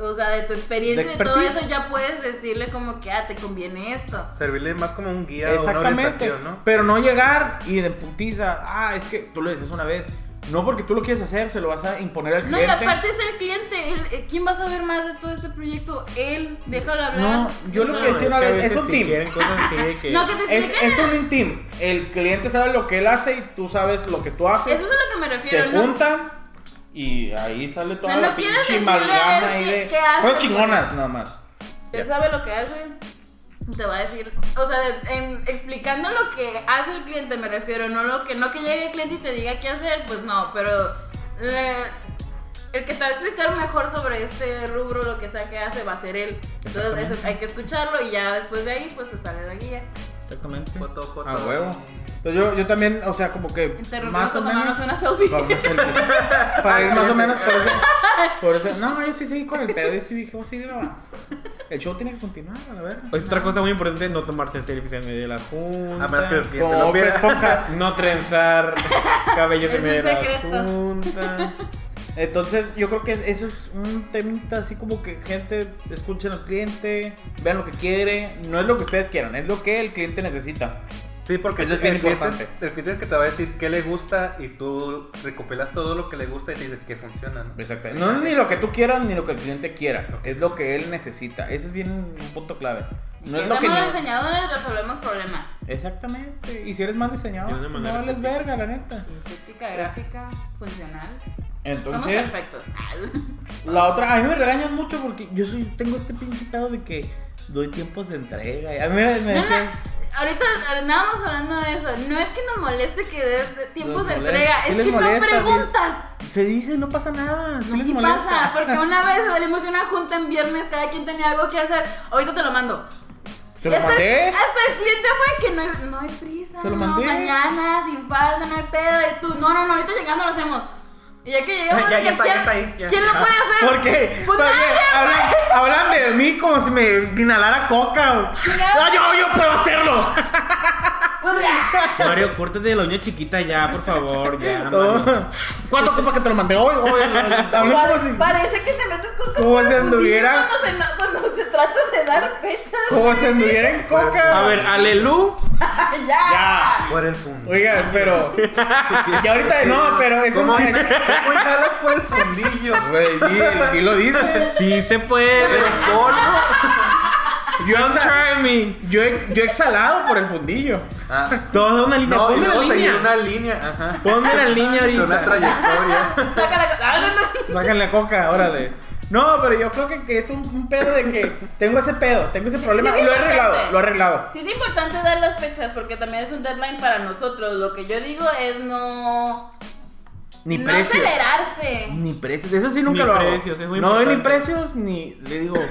S3: O sea, de tu experiencia
S1: De
S3: y todo
S1: expertise.
S3: eso ya puedes decirle como que, ah, te conviene esto.
S4: Servirle más como un guía o una
S1: Exactamente.
S4: orientación, ¿no?
S1: Pero no llegar y de putiza, ah, es que tú lo dices una vez. No porque tú lo quieres hacer, se lo vas a imponer al
S3: No, y
S1: cliente.
S3: aparte es el cliente. él, eh, ¿Quién va a saber más de todo este proyecto? Él, déjalo hablar.
S1: No, yo lo
S3: No.
S1: que decía una
S2: que a
S1: vez, es
S2: veces
S1: un
S2: si
S1: team.
S2: quieren cosas así de que-
S3: No, que te
S1: Es,
S3: expliquen.
S1: es un team. El cliente sabe lo que él hace y tú sabes lo que tú haces.
S3: Eso es a lo que me refiero.
S1: se
S3: ¿no?
S1: juntan y ahí sale toda
S3: no
S1: la
S3: quieres
S1: pinche
S3: decirle a él
S1: amalgama ahí
S3: qué-
S1: de
S3: qué hace,
S1: cosas
S3: pues.
S1: chingonas nada más.
S5: Él sabe lo que hace.
S3: Te va a decir, o sea, de- en- explicando lo que hace el cliente, me refiero, no lo que no que llegue el cliente y te diga qué hacer, pues no, pero le- el que te va a explicar mejor sobre este rubro, lo que sea que hace, va a ser él. Entonces
S1: Exactamente.
S3: eso hay que escucharlo y ya después de ahí, pues te sale la guía.
S1: Exactamente.
S4: Foto, foto.
S1: A huevo. Entonces, yo, yo también, o sea, como que
S3: Interrumpimos
S1: más o menos
S3: tomándonos una selfie.
S1: Para, una selfie. Para ir más o menos por eso. Por eso. No, yo sí seguí con el pedo. Yo sí dije, voy a seguir grabando. El show tiene que continuar, a la verdad.
S2: Es otra cosa muy importante no tomarse selfies en medio de la junta.
S1: Ah,
S4: A menos que el cliente
S1: Como
S4: lo
S1: Bob
S4: viera.
S1: Esponja.
S2: No trenzar cabellos
S3: Es
S2: en
S3: un
S2: medio de la
S3: secreto.
S2: junta.
S1: Entonces, yo creo que eso es un temita así como que gente escuchen al cliente, vean lo que quiere. No es lo que ustedes quieran, es lo que el cliente necesita.
S4: Sí, porque
S1: Eso es bien
S4: el cliente-
S1: importante.
S4: El cliente es que te va a decir qué le gusta y tú recopilas todo lo que le gusta y te dices que funciona, ¿no?
S1: Exactamente. No es ni lo que tú quieras ni lo que el cliente quiera. Es lo que él necesita. Eso es bien un punto clave. No es lo que.
S3: Somos
S1: yo-
S3: los diseñadores, resolvemos problemas.
S1: Exactamente. Y si eres más diseñador,
S2: De una
S1: no
S2: manera
S1: vales
S2: específica.
S1: verga, la neta.
S3: Estética, gráfica, funcional. Somos
S1: Entonces,
S3: perfectos.
S1: la otra, a mí me regañan mucho porque yo soy, tengo este pinche pedo de que doy tiempos de entrega. y A mí me, me
S3: No,
S1: decían,
S3: no, Ahorita andábamos hablando de eso. No es que nos moleste que des tiempos
S1: Nos
S3: de
S1: molesta.
S3: entrega,
S1: Sí
S3: es
S1: les
S3: que
S1: molesta,
S3: no
S1: bien.
S3: preguntas.
S1: se dice, no pasa nada. Sí
S3: No,
S1: les
S3: sí
S1: molesta.
S3: pasa, porque una vez salimos de una junta en viernes, cada quien tenía algo que hacer. Ahorita te lo mando.
S1: Se lo
S3: hasta,
S1: mandé.
S3: hasta el cliente fue que no hay, no hay prisa.
S1: Se lo
S3: no,
S1: mandé.
S3: Mañana, sin falta, no hay pedo. Y tú, no, no, no, ahorita llegando lo hacemos. Y ya que llegamos,
S4: Ya, ya
S3: ¿quién-
S4: está, ya está ahí, ya.
S3: ¿Quién lo puede hacer?
S1: Ah, ¿Por qué? ¿Por
S3: Pues
S1: qué?
S3: nadie,
S1: Hablan, hablan de mí como si me inhalara coca. o-
S3: Chingada.
S1: Ah, yo, yo puedo hacerlo.
S3: pues, ya.
S2: Mario, córtate la uña chiquita ya, por favor, ya. Mario.
S1: ¿Cuánto ocupa que te lo mandé hoy? Hoy, Hablan como si-
S5: Parece que te metes con
S1: Como
S5: Coca-Cola
S1: si anduviera-
S5: Cuando se, na- cuando se trata de dar fechas.
S1: como si anduviera en
S3: Pues,
S1: coca.
S2: A ver, alelu.
S5: Ay, ya.
S1: Ya.
S4: Por el fundillo.
S1: Oigan, pero. Ya ahorita no, pero es
S4: ¿Cómo
S1: un-
S4: dices? ¿Cómo jalas por el fundillo?
S1: Güey, y, lo dice.
S2: Sí se puede.
S1: Yo,
S2: Don't
S1: exa-
S2: try me.
S1: yo, he- yo he exhalado por el fundillo.
S4: Ah,
S2: Todo una línea.
S4: no, y
S2: Ponme la
S4: luego seguir
S2: línea.
S4: una línea. Ajá.
S2: Ponme la línea ahorita.
S4: Una trayectoria.
S5: Saca la cosa. Ah, no, no.
S1: Sáquenle coca, órale. No, pero yo creo que, que es un, un pedo de que tengo ese pedo, tengo ese problema
S3: Sí, sí,
S1: y lo he
S3: importante.
S1: arreglado, lo he arreglado.
S3: Sí es importante dar las fechas porque también es un deadline para nosotros. Lo que yo digo es no...
S1: Ni
S3: no
S1: precios.
S3: acelerarse.
S1: Ni precios, eso sí nunca
S2: Ni
S1: lo hago.
S2: precios, es muy
S1: no doy ni
S2: importante.
S1: precios ni le digo.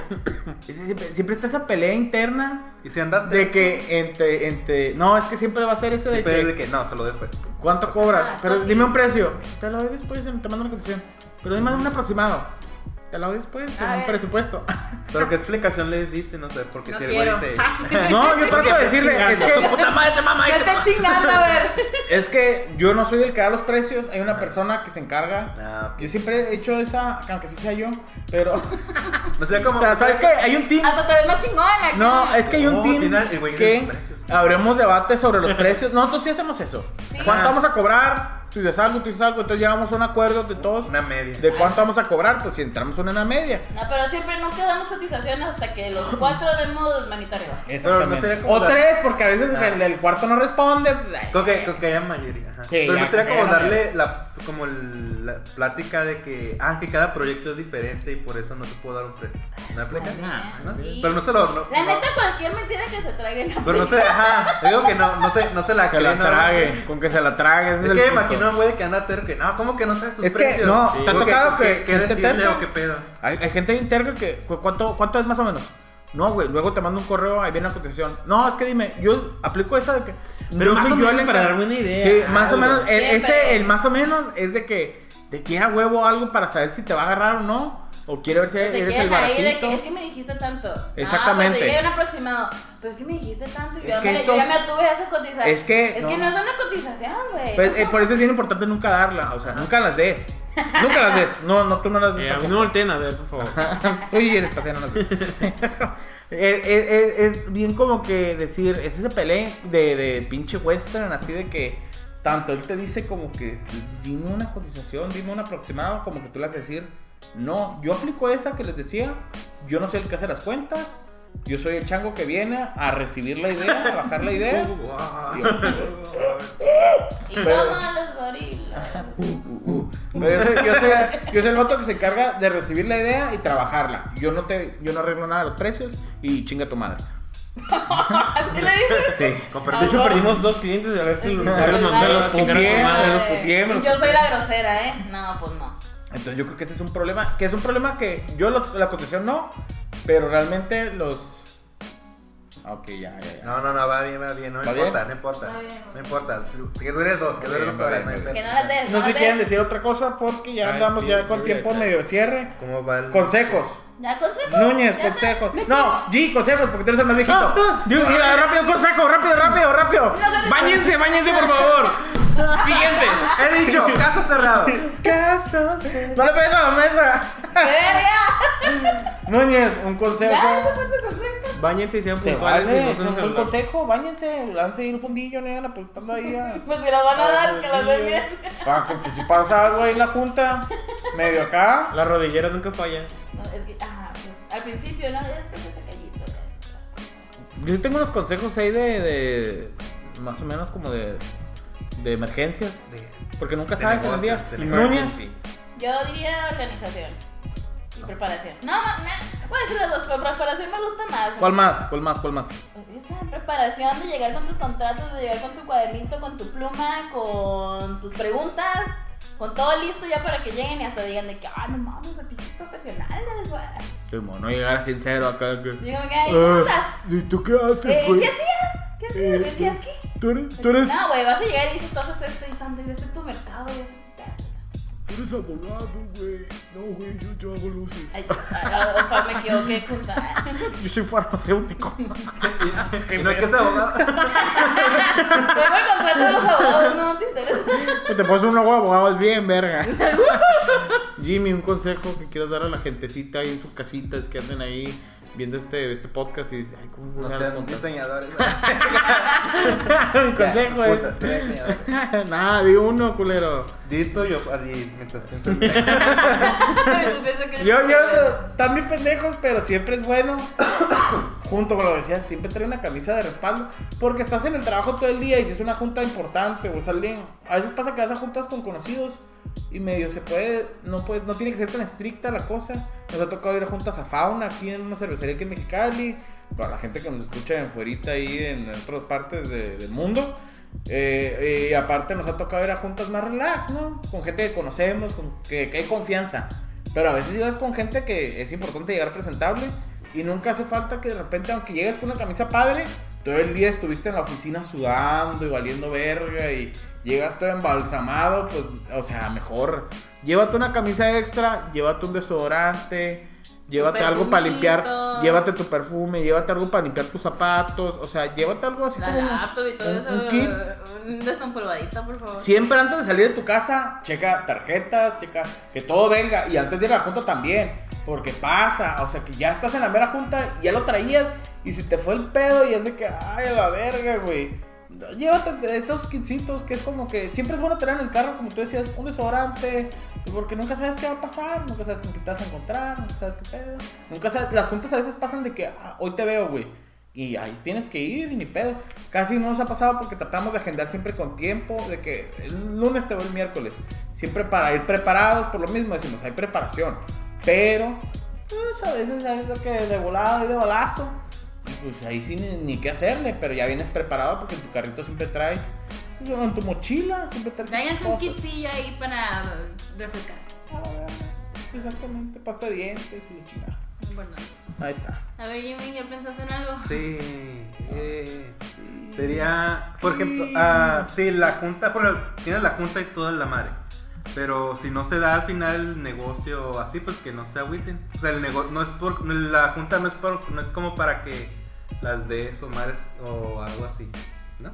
S1: es- siempre, siempre está esa pelea interna
S4: Y si andas
S1: de que entre entre no, es que siempre va a ser ese de que,
S4: de que no, te lo después.
S1: ¿Cuánto cobras?
S3: Ah,
S1: Pero
S3: ok.
S1: dime un precio. Te lo doy después, te mando una cotización. Pero dime un aproximado. Te lo doy después, en
S3: A
S1: un
S3: ver.
S1: presupuesto.
S4: Pero qué explicación le dice, no sé, porque
S3: No
S4: si el
S3: quiero.
S4: güey dice,
S1: No, yo trato de decirle, es que,
S5: Ya
S1: "Ah".
S5: está chingando, a ver.
S1: es que yo no soy el que da los precios, hay una persona que se encarga.
S4: ah,
S1: Yo siempre he hecho esa, aunque sí sea yo, pero... O
S4: no sé cómo
S1: sea, ¿sabes qué? Hay un team...
S3: Hasta te ves más chingona.
S1: No, es que hay un
S4: Oh,
S1: team
S4: tiene el güey de
S1: que
S4: los precios.
S1: abrimos debate sobre los precios. Nosotros sí hacemos eso.
S4: Ah.
S1: ¿Cuánto vamos a cobrar? Tú dices algo, tú dices algo, entonces llegamos a un acuerdo de todos.
S4: una media.
S3: Ah.
S1: ¿De cuánto vamos a cobrar? Pues si entramos una en la media.
S3: No, pero siempre nunca damos cotización hasta que los cuatro demos manita arriba.
S1: Eh,
S4: Exactamente. Pero no sería como
S1: o
S4: la-
S1: tres, porque a veces
S4: Ah.
S1: el, el cuarto no responde. pues, ay.
S4: Con que, con que haya mayoría. Ajá.
S1: Sí,
S4: Pero
S1: ya,
S4: me gustaría
S1: con que
S4: como
S1: haya
S4: darle la, como el- la plática de que, ah, que cada proyecto es diferente y por eso no te puedo dar un precio. ¿Me aplica?
S3: También,
S4: ¿No?
S3: sí.
S4: Pero no se lo. no-
S3: La
S4: no-
S3: neta, cualquier mentira que se traiga en la
S4: Pero no se, ajá, digo que no, no se, no se la
S1: Que
S4: cree,
S1: la
S4: no.
S1: trague, con que se la trague. ese
S4: Es
S1: el
S4: que
S1: punto.
S4: no, güey, que anda terco. que, No, ¿cómo que no sabes tus
S1: Es que,
S4: precios?
S1: no, ¿te ha
S4: Güey,
S1: tocado
S4: ¿qué-
S1: que-
S4: qué-
S1: que
S4: ¿Qué
S1: te
S4: decirle
S1: terco?
S4: o qué pedo?
S1: Hay, hay gente interna que, cu- ¿cuánto, ¿cuánto es más o menos? No, güey, luego te mando un correo, ahí viene la cotización. No, es que dime, yo aplico esa de que... yo
S2: Pero más o
S1: yo
S2: menos
S1: encar-
S2: para darme una idea.
S1: Sí, más o
S2: algo.
S1: menos, el-
S3: Sí,
S1: ese,
S3: pero-
S1: el más o menos es de que te quiera huevo algo para saber si te va a agarrar o no, o quiere ver si
S3: pues, Se
S1: eres el
S3: quedan ahí de
S1: baratito.
S3: que es que me dijiste tanto.
S1: Exactamente.
S3: Ah, pues, llega un aproximado. Pero es que me dijiste tanto. y Yo,
S1: Es
S3: ya
S1: que
S3: me,
S1: esto-
S3: yo ya me atuve a esa cotización.
S1: Es que-
S3: Es
S1: no.
S3: que no es una cotización, güey.
S1: Pues, eh, por eso es bien importante nunca darla, o sea, nunca las des. Nunca las des. No, no, tú no las des.
S2: Eh, a mí
S1: tampoco.
S2: no volteen a ver, por favor.
S1: Tú y eres paseando las- Eh, eh, eh, es bien como que decir, es ese pelé de, de pinche western, así de que tanto él te dice como que dime una cotización, dime un aproximado, como que tú le haces decir, no, yo aplico esa que les decía, yo no soy el que hace las cuentas, yo soy el chango que viene a recibir la idea, a bajar la idea.
S4: Uh,
S3: y
S1: pero-
S3: cómo a los gorilas.
S1: Pero yo, soy, yo soy- yo soy el voto que se encarga de recibir la idea y trabajarla. Yo no te, yo no arreglo nada de los precios y chinga tu madre.
S3: Así le dices.
S1: Sí.
S2: De
S1: Ah,
S2: hecho, perdimos dos clientes y la verdad es que los
S3: Pero
S2: nos mandaron
S3: nadie
S2: a
S1: los
S3: se
S2: chingar a su
S1: puteé,
S2: madre.
S1: me los
S3: puede.
S1: puteé, me los
S3: Y Yo soy la grosera, ¿eh? No, pues no.
S1: Entonces yo creo que ese es un problema, que es un problema que yo los, la cotización no, pero realmente los... Ah, Ok, ya, ya, ya.
S4: No, no, no, va bien, va bien, no
S1: ¿Va
S4: importa,
S1: bien?
S4: no importa.
S3: Va bien.
S4: No importa, que dure dos, que
S1: Va
S4: dure
S1: bien,
S4: dos
S1: va
S4: horas.
S1: bien, va
S4: hay
S3: Que no
S4: pedo.
S3: las
S1: No
S3: des.
S1: sé
S3: las
S1: si
S3: des.
S1: quieren decir otra cosa porque ya
S4: Ay,
S1: andamos
S4: tío,
S1: ya con
S4: tío,
S1: tiempo
S4: ya.
S1: medio de cierre.
S4: ¿Cómo va el...?
S1: Consejos.
S3: ¿Ya consejos?
S1: Núñez,
S3: ¿Ya te-
S1: consejos. No, G, consejos, porque tú eres el más viejito. Digo, mira, rápido, consejo, rápido, rápido, rápido.
S2: Báñense, báñense, por favor. Siguiente.
S4: He dicho, caso cerrado.
S1: Casos. No le pegues a la mesa.
S3: ¡Verga!
S1: Núñez, un consejo.
S3: ¿Ya? ¿Ese fue tu consejo?
S2: Báñense y sean
S1: Se
S2: puntuales. y
S1: vale,
S2: no
S1: es
S2: usen
S1: un buen
S2: celular.
S1: consejo, bañense, lance el fundillo, negan apostando ahí a...
S3: Pues si las van a dar, que las den bien.
S1: Para que pues, si pasa algo ahí en la junta, medio acá.
S2: La rodillera nunca falla.
S3: No, es que, ajá, pues, al principio, ¿no? Ya después se callito.
S1: Yo tengo unos consejos ahí de, de más o menos como de, de emergencias, porque nunca
S4: De
S1: sabes en el día.
S4: negocios, de
S1: Núñez,
S4: negocios, sí.
S3: Yo diría organización y preparación. No, no, no. Voy a decir las dos, pero preparación me gusta más.
S1: ¿cuál más? ¿Cuál más? ¿Cuál más?
S3: Esa preparación de llegar con tus contratos, de llegar con tu cuadernito, con tu pluma, con tus preguntas, con todo listo ya para que lleguen y hasta digan de que, ah, no mames, la pinche profesional, la desguada.
S1: Como no llegar sincero acá. Que...
S3: Y yo me quedé,
S1: Eh,
S3: ¿y cómo estás?
S1: ¿Y tú qué
S3: Eh,
S1: haces,
S3: ¿Qué
S1: güey?
S3: hacías? ¿Qué hacías?
S1: Eh,
S3: ¿Qué hacías qué?
S1: Tú eres, tú eres,
S3: No, güey, vas a llegar y dices, tú haces esto y tanto, y este es tu mercado, y este es tal.
S1: tú eres abogado, güey. No, güey, yo, yo hago luces.
S3: Ay, ah, ah, opa, me equivoqué, puta.
S1: Yo soy farmacéutico.
S4: No, que es abogado.
S3: Luego el contrato de los abogados, no te interesa.
S1: Pues Te pones un logo de abogados bien, verga. Jimmy, un consejo que quieras dar a la gentecita ahí en sus casitas que anden ahí viendo este, este podcast y dicen, ay, ¿cómo voy a
S4: No
S1: dar
S4: sean
S1: los
S4: diseñadores.
S1: contratos? Mi consejo es.
S4: Puta, sean diseñadores.
S1: Nada, di uno, culero.
S4: Di tuyo, Adi, mientras pienso. en el-
S3: Entonces, pienso que-
S1: Yo, yo, también pendejos, pero siempre es bueno. Junto con lo que decías, siempre trae una camisa de respaldo. Porque estás en el trabajo todo el día y si es una junta importante o es alguien. A veces pasa que vas a juntas con conocidos y medio se puede. No, puede, no tiene que ser tan estricta la cosa. Nos ha tocado ir a juntas a fauna aquí en una cervecería aquí en Mexicali. Para la gente que nos escucha en fuerita ahí en otras partes de- del mundo. Eh, y aparte nos ha tocado ir a juntas más relax, ¿no? Con gente que conocemos, con que, que hay confianza. Pero a veces llegas con gente que es importante llegar presentable y nunca hace falta que de repente, aunque llegues con una camisa padre, todo el día estuviste en la oficina sudando y valiendo verga y llegas todo embalsamado, pues, o sea, mejor. Llévate una camisa extra, llévate un desodorante, llévate algo para limpiar,
S3: perfumito.
S1: llévate tu perfume, llévate algo para limpiar tus zapatos, o sea, llévate algo así
S3: La
S1: como... un-
S3: laptop y todo
S1: un-
S3: eso.
S1: un kit.
S3: Un desempolvadito, por favor.
S1: Siempre antes de salir de tu casa, checa tarjetas, checa que todo venga. Y antes de ir a la junta también. Porque pasa, o sea que ya estás en la mera junta y ya lo traías. Y se te fue el pedo y es de que, ay, a la verga, güey. Llévate de estos quincitos que es como que siempre es bueno tener en el carro, como tú decías, un desodorante. sí, Porque nunca sabes qué va a pasar, nunca sabes con qué te vas a encontrar, nunca sabes qué pedo. Nunca sabes, las juntas a veces pasan de que, ah, hoy te veo, güey. Y ahí tienes que ir, y ni pedo. Casi no nos ha pasado porque tratamos de agendar siempre con tiempo, de que el lunes te voy el miércoles. Siempre para ir preparados, por lo mismo decimos, hay preparación. Pero, pues a veces hay de que de volado y de balazo. Y pues ahí sí ni, ni qué hacerle, pero ya vienes preparado porque en tu carrito siempre traes En tu mochila, siempre traes
S3: Tráiganse un
S1: cosas.
S3: kitsillo ahí para refrescarse.
S1: A la verga. Exactamente, pasta de dientes y la chingada.
S3: Bueno,
S1: Ahí está.
S3: a ver, Jimmy, ¿ya pensaste en algo?
S4: Sí. eh, Sería, por ejemplo, ah, sí, la junta, por ejemplo, tienes la junta y toda la madre. Pero si no se da al final el negocio así, pues que no se agüiten. O sea, el nego- no es por, la junta no es, por- no es como para que las des o madres o algo así, ¿no?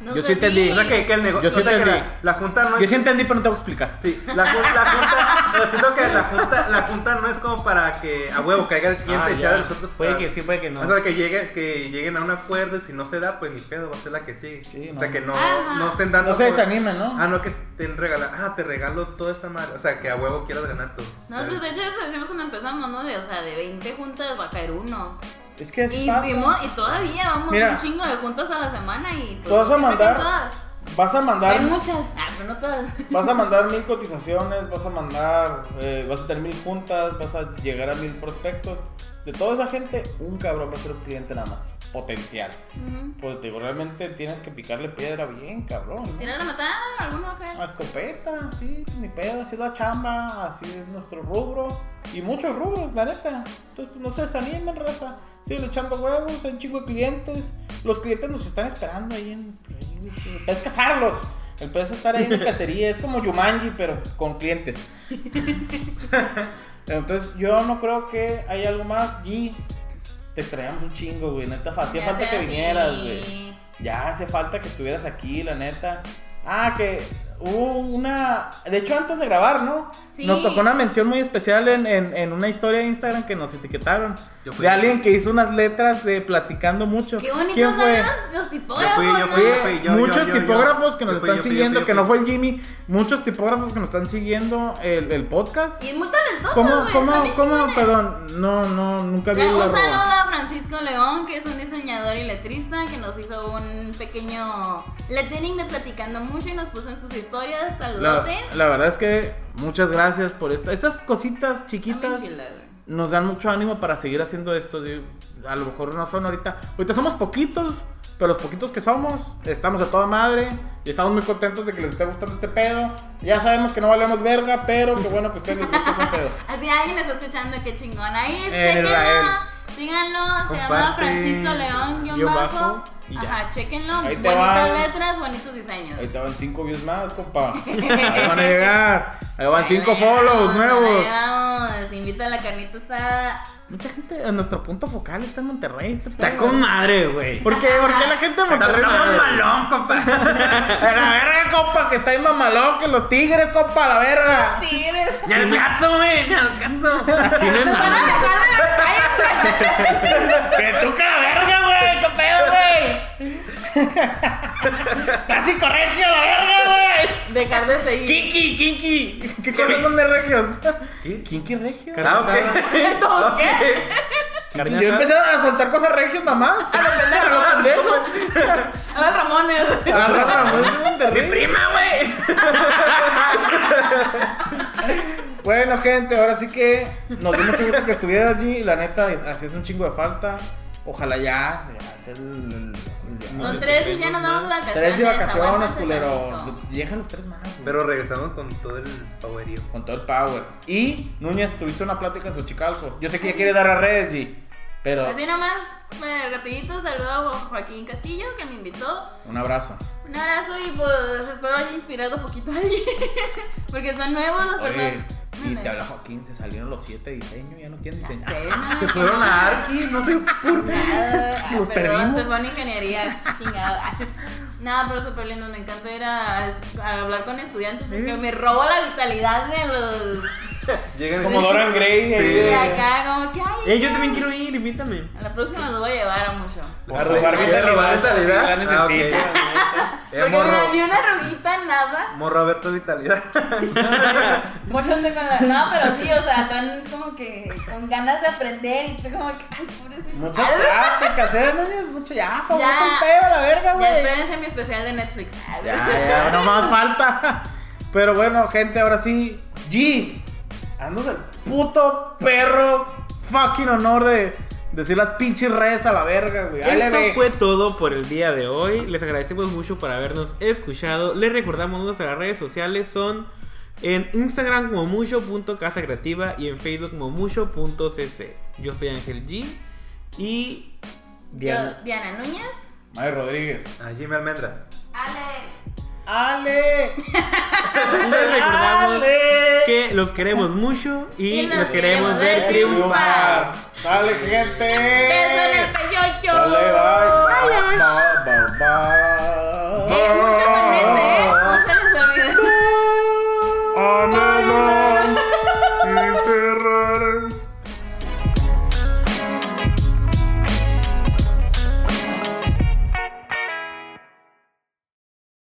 S3: No
S1: Yo
S3: sé
S1: sí entendí.
S3: si-
S4: O sea, que, que el negocio,
S1: Yo sí
S4: o sea, que
S1: entendí.
S4: la, la junta no
S1: Yo
S4: es...
S1: sí entendí, pero no te voy a explicar.
S4: Sí, la, jun- la junta, pero siento que la junta, la junta no es como para que a huevo caiga el cliente
S2: Ah,
S4: y
S2: ya.
S4: sea de nosotros.
S2: Puede
S4: para-
S2: que sí, puede que no.
S4: o sea, que, llegue, que lleguen a un acuerdo y si no se da, pues ni pedo, va a ser la que sigue.
S1: Sí,
S4: o sea,
S1: no.
S4: que no,
S3: Ajá.
S4: no estén dando.
S1: No se
S4: por-
S1: desanimen, ¿no?
S4: Ah, no, que estén regalando. Ah, te regalo toda esta madre. O sea, que a huevo quieras ganar tú.
S3: Nosotros, pues, de
S4: ¿sabes?
S3: hecho, eso decimos cuando empezamos, ¿no? De, o sea, de 20 juntas va a caer uno.
S1: Es que así
S3: Y
S1: pasa.
S3: fuimos, y todavía vamos
S1: Mira.
S3: un chingo de juntas a la semana y...
S1: Te vas a
S3: no se
S1: mandar-
S3: meten todas.
S1: Vas a mandar.
S3: Hay muchas, ah, pero no todas.
S1: Vas a mandar mil cotizaciones, vas a mandar, eh, vas a tener mil juntas, vas a llegar a mil prospectos. De toda esa gente, un cabrón va a ser un cliente nada más, potencial.
S3: Ujú.
S1: Pues te digo, realmente tienes que picarle piedra bien, cabrón. ¿no?
S3: Tirar la matada, alguno va a caer.
S1: A escopeta, sí, ni pedo, así es la chamba, así es nuestro rubro. Y muchos rubros, la neta. Entonces, pues, no se desanimen, raza. Sigue echando huevos, hay un chingo de clientes. Los clientes nos están esperando ahí en. pues, Es cazarlos. El pedo es estar ahí en cacería, es como Yumanji, pero con clientes. Entonces, yo no creo que haya algo más. Y te extrañamos un chingo, güey. Neta, hacía
S3: Ya
S1: falta
S3: sea
S1: que
S3: así.
S1: vinieras, güey. Ya hace falta que estuvieras aquí, la neta. Ah, que hubo una. De hecho, antes de grabar, ¿no?
S3: Sí.
S1: Nos tocó una mención muy especial en, en- en una historia de Instagram que nos etiquetaron.
S4: Yo fui.
S1: De alguien que hizo unas letras de platicando mucho.
S3: Qué bonitos
S1: ¿Quién
S3: son
S1: fue?
S3: los, los
S4: Yo
S3: tipógrafos,
S4: fui, yo
S3: ¿no?
S4: fui, yo fui. yo,
S1: muchos
S4: yo, yo,
S1: tipógrafos
S4: yo.
S1: que nos
S4: Yo fui,
S1: están
S4: yo fui, yo
S1: siguiendo,
S4: fui, yo
S1: que no fue
S4: fui.
S1: el Jimmy. Muchos tipógrafos que nos están siguiendo el, el podcast.
S3: Y es muy talentoso,
S1: ¿Cómo,
S3: güey, están
S1: cómo,
S3: bien
S1: cómo?
S3: chingones.
S1: Perdón, no, no, nunca vi
S3: Ya,
S1: la
S3: un saludo
S1: arroba.
S3: a Francisco León, que es un diseñador y letrista, que nos hizo un pequeño lettering de Platicando Mucho y nos puso en sus historias.
S1: La,
S3: Saludote.
S1: la verdad es que muchas gracias por esta, estas cositas chiquitas.
S3: Está bien chila, güey.
S1: nos dan mucho ánimo para seguir haciendo esto. digo, A lo mejor no son ahorita. Ahorita somos poquitos, pero los poquitos que somos, estamos a toda madre y estamos muy contentos de que les esté gustando este pedo. Ya sabemos que no valemos verga, pero qué bueno que a ustedes les gusta ese pedo.
S3: Así alguien está escuchando, qué chingón. Ahí,
S1: En
S3: chéquenlo.
S1: Israel.
S3: Síganlo, se llama
S4: Comparte,
S3: Francisco León, guión
S1: guión
S3: bajo.
S1: bajo, y ya.
S3: Ajá, chéquenlo.
S1: Ahí te
S3: Bonitas
S1: van.
S3: letras, bonitos diseños.
S1: Ahí te van 5 views más, compa. Ahí van a llegar. Ahí van 5
S3: Ahí le damos,
S1: follows
S3: ahí
S1: nuevos.
S3: le damos. Invita a la carnita asada.
S1: Mucha gente en nuestro punto focal está en Monterrey. Está,
S2: Está con madre, güey.
S1: ¿Por qué? ¿Por qué la gente de Monterrey?
S4: Estamos malón, compa.
S1: A la verga, compa, que está ahí mamalón que los tigres, compa, a la verga.
S5: Tigres.
S4: Ni al caso, güey, ni al caso.
S2: Así me mames.
S1: ¡Que tú que la verga, güey! ¡Qué pedo, güey! ¡Casi corregio la verga, güey!
S5: Dejar de seguir.
S1: ¡Kinky, kinky! ¿Qué cosas son de regios?
S4: ¿Qué?
S1: ¿Kinky regio?
S4: Ah, ok.
S5: ¿Todo qué?
S1: Y yo empecé a soltar cosas regios nada más. A lo pendejo. A lo pendejo.
S5: A los Ramones.
S1: A lo Ramón de Monterrey.
S4: prima, güey.
S1: Bueno, gente, ahora sí que nos dio mucho gusto que estuviera allí. La neta, hacías un chingo de falta. Ojalá ya. ya hacer el- el-
S3: Son tres y ya nos vamos de vacaciones.
S1: Tres de vacaciones,
S3: aguántense
S1: culero.
S3: tantito.
S1: Dejan los tres más. güey.
S4: Pero regresamos con todo el powerío.
S1: Con todo el power. Y Núñez, tuviste una plática en Xochicalco. Yo sé que ya quiere dar a redes, G, pero
S3: Así Pues nomás, eh, rapidito, saludo a Joaquín Castillo que me invitó.
S1: un abrazo.
S3: Un abrazo y pues espero haya inspirado un poquito a alguien. Porque son nuevos los
S1: Oye,
S3: personas.
S1: y te habla Joaquín, se salieron los siete de diseño, ya no quieren diseñar.
S4: Que fueron a Arki, no sé por qué.
S1: Los
S3: Los
S1: perdimos.
S3: Ah, Se fue en ingeniería, chingada. Nada, pero súper lindo. Me encanta ir a, a hablar con estudiantes porque me robo la vitalidad de los.
S4: Llegan
S1: Como Dorian Gray.
S3: De
S1: ahí, eh.
S3: acá, como que ay.
S2: Eh, yo también quiero ir, invítame.
S3: A la próxima los voy a llevar a mucho.
S4: Eh,
S1: A robar vitalidad.
S4: vitalidad.
S2: Sí, la
S4: Ah, ok.
S2: necesito.
S4: Eh,
S3: Porque no
S4: morro.
S3: ni una arruguita, nada.
S4: Morro a ver tu vitalidad.
S3: Muchos de con la- No, pero sí, o sea, están como que con ganas de aprender y tú como que, ay, pobrecito.
S1: Muchas pláticas, ¿eh, Núñez? Mucho ya, famoso
S3: Ya.
S1: el pedo, la verga,
S3: Ya
S1: güey.
S3: espérense mi especial de Netflix.
S1: Ya, ya, no más falta. Pero bueno, gente, ahora sí. G, haznos el puto perro fucking honor de, Decir las pinches redes a la verga, güey.
S2: Esto
S1: ALB.
S2: fue todo por el día de hoy. Les agradecemos mucho por habernos escuchado. Les recordamos nuestras redes sociales son en Instagram como mucho.casa creativa y en Facebook como mucho.cc. Yo soy Ángel G y
S3: Diana,
S2: Diana.
S3: Diana Núñez.
S1: Mario Rodríguez.
S4: A Ah, Jimmy Almendra.
S3: Ale.
S1: ¡Ale!
S2: Les recordamos
S1: ¡Ale!
S2: que los queremos mucho y,
S3: Y
S2: los
S3: nos
S2: queremos ver triunfar.
S1: ¡Dale, gente!
S3: Beso en el pechito.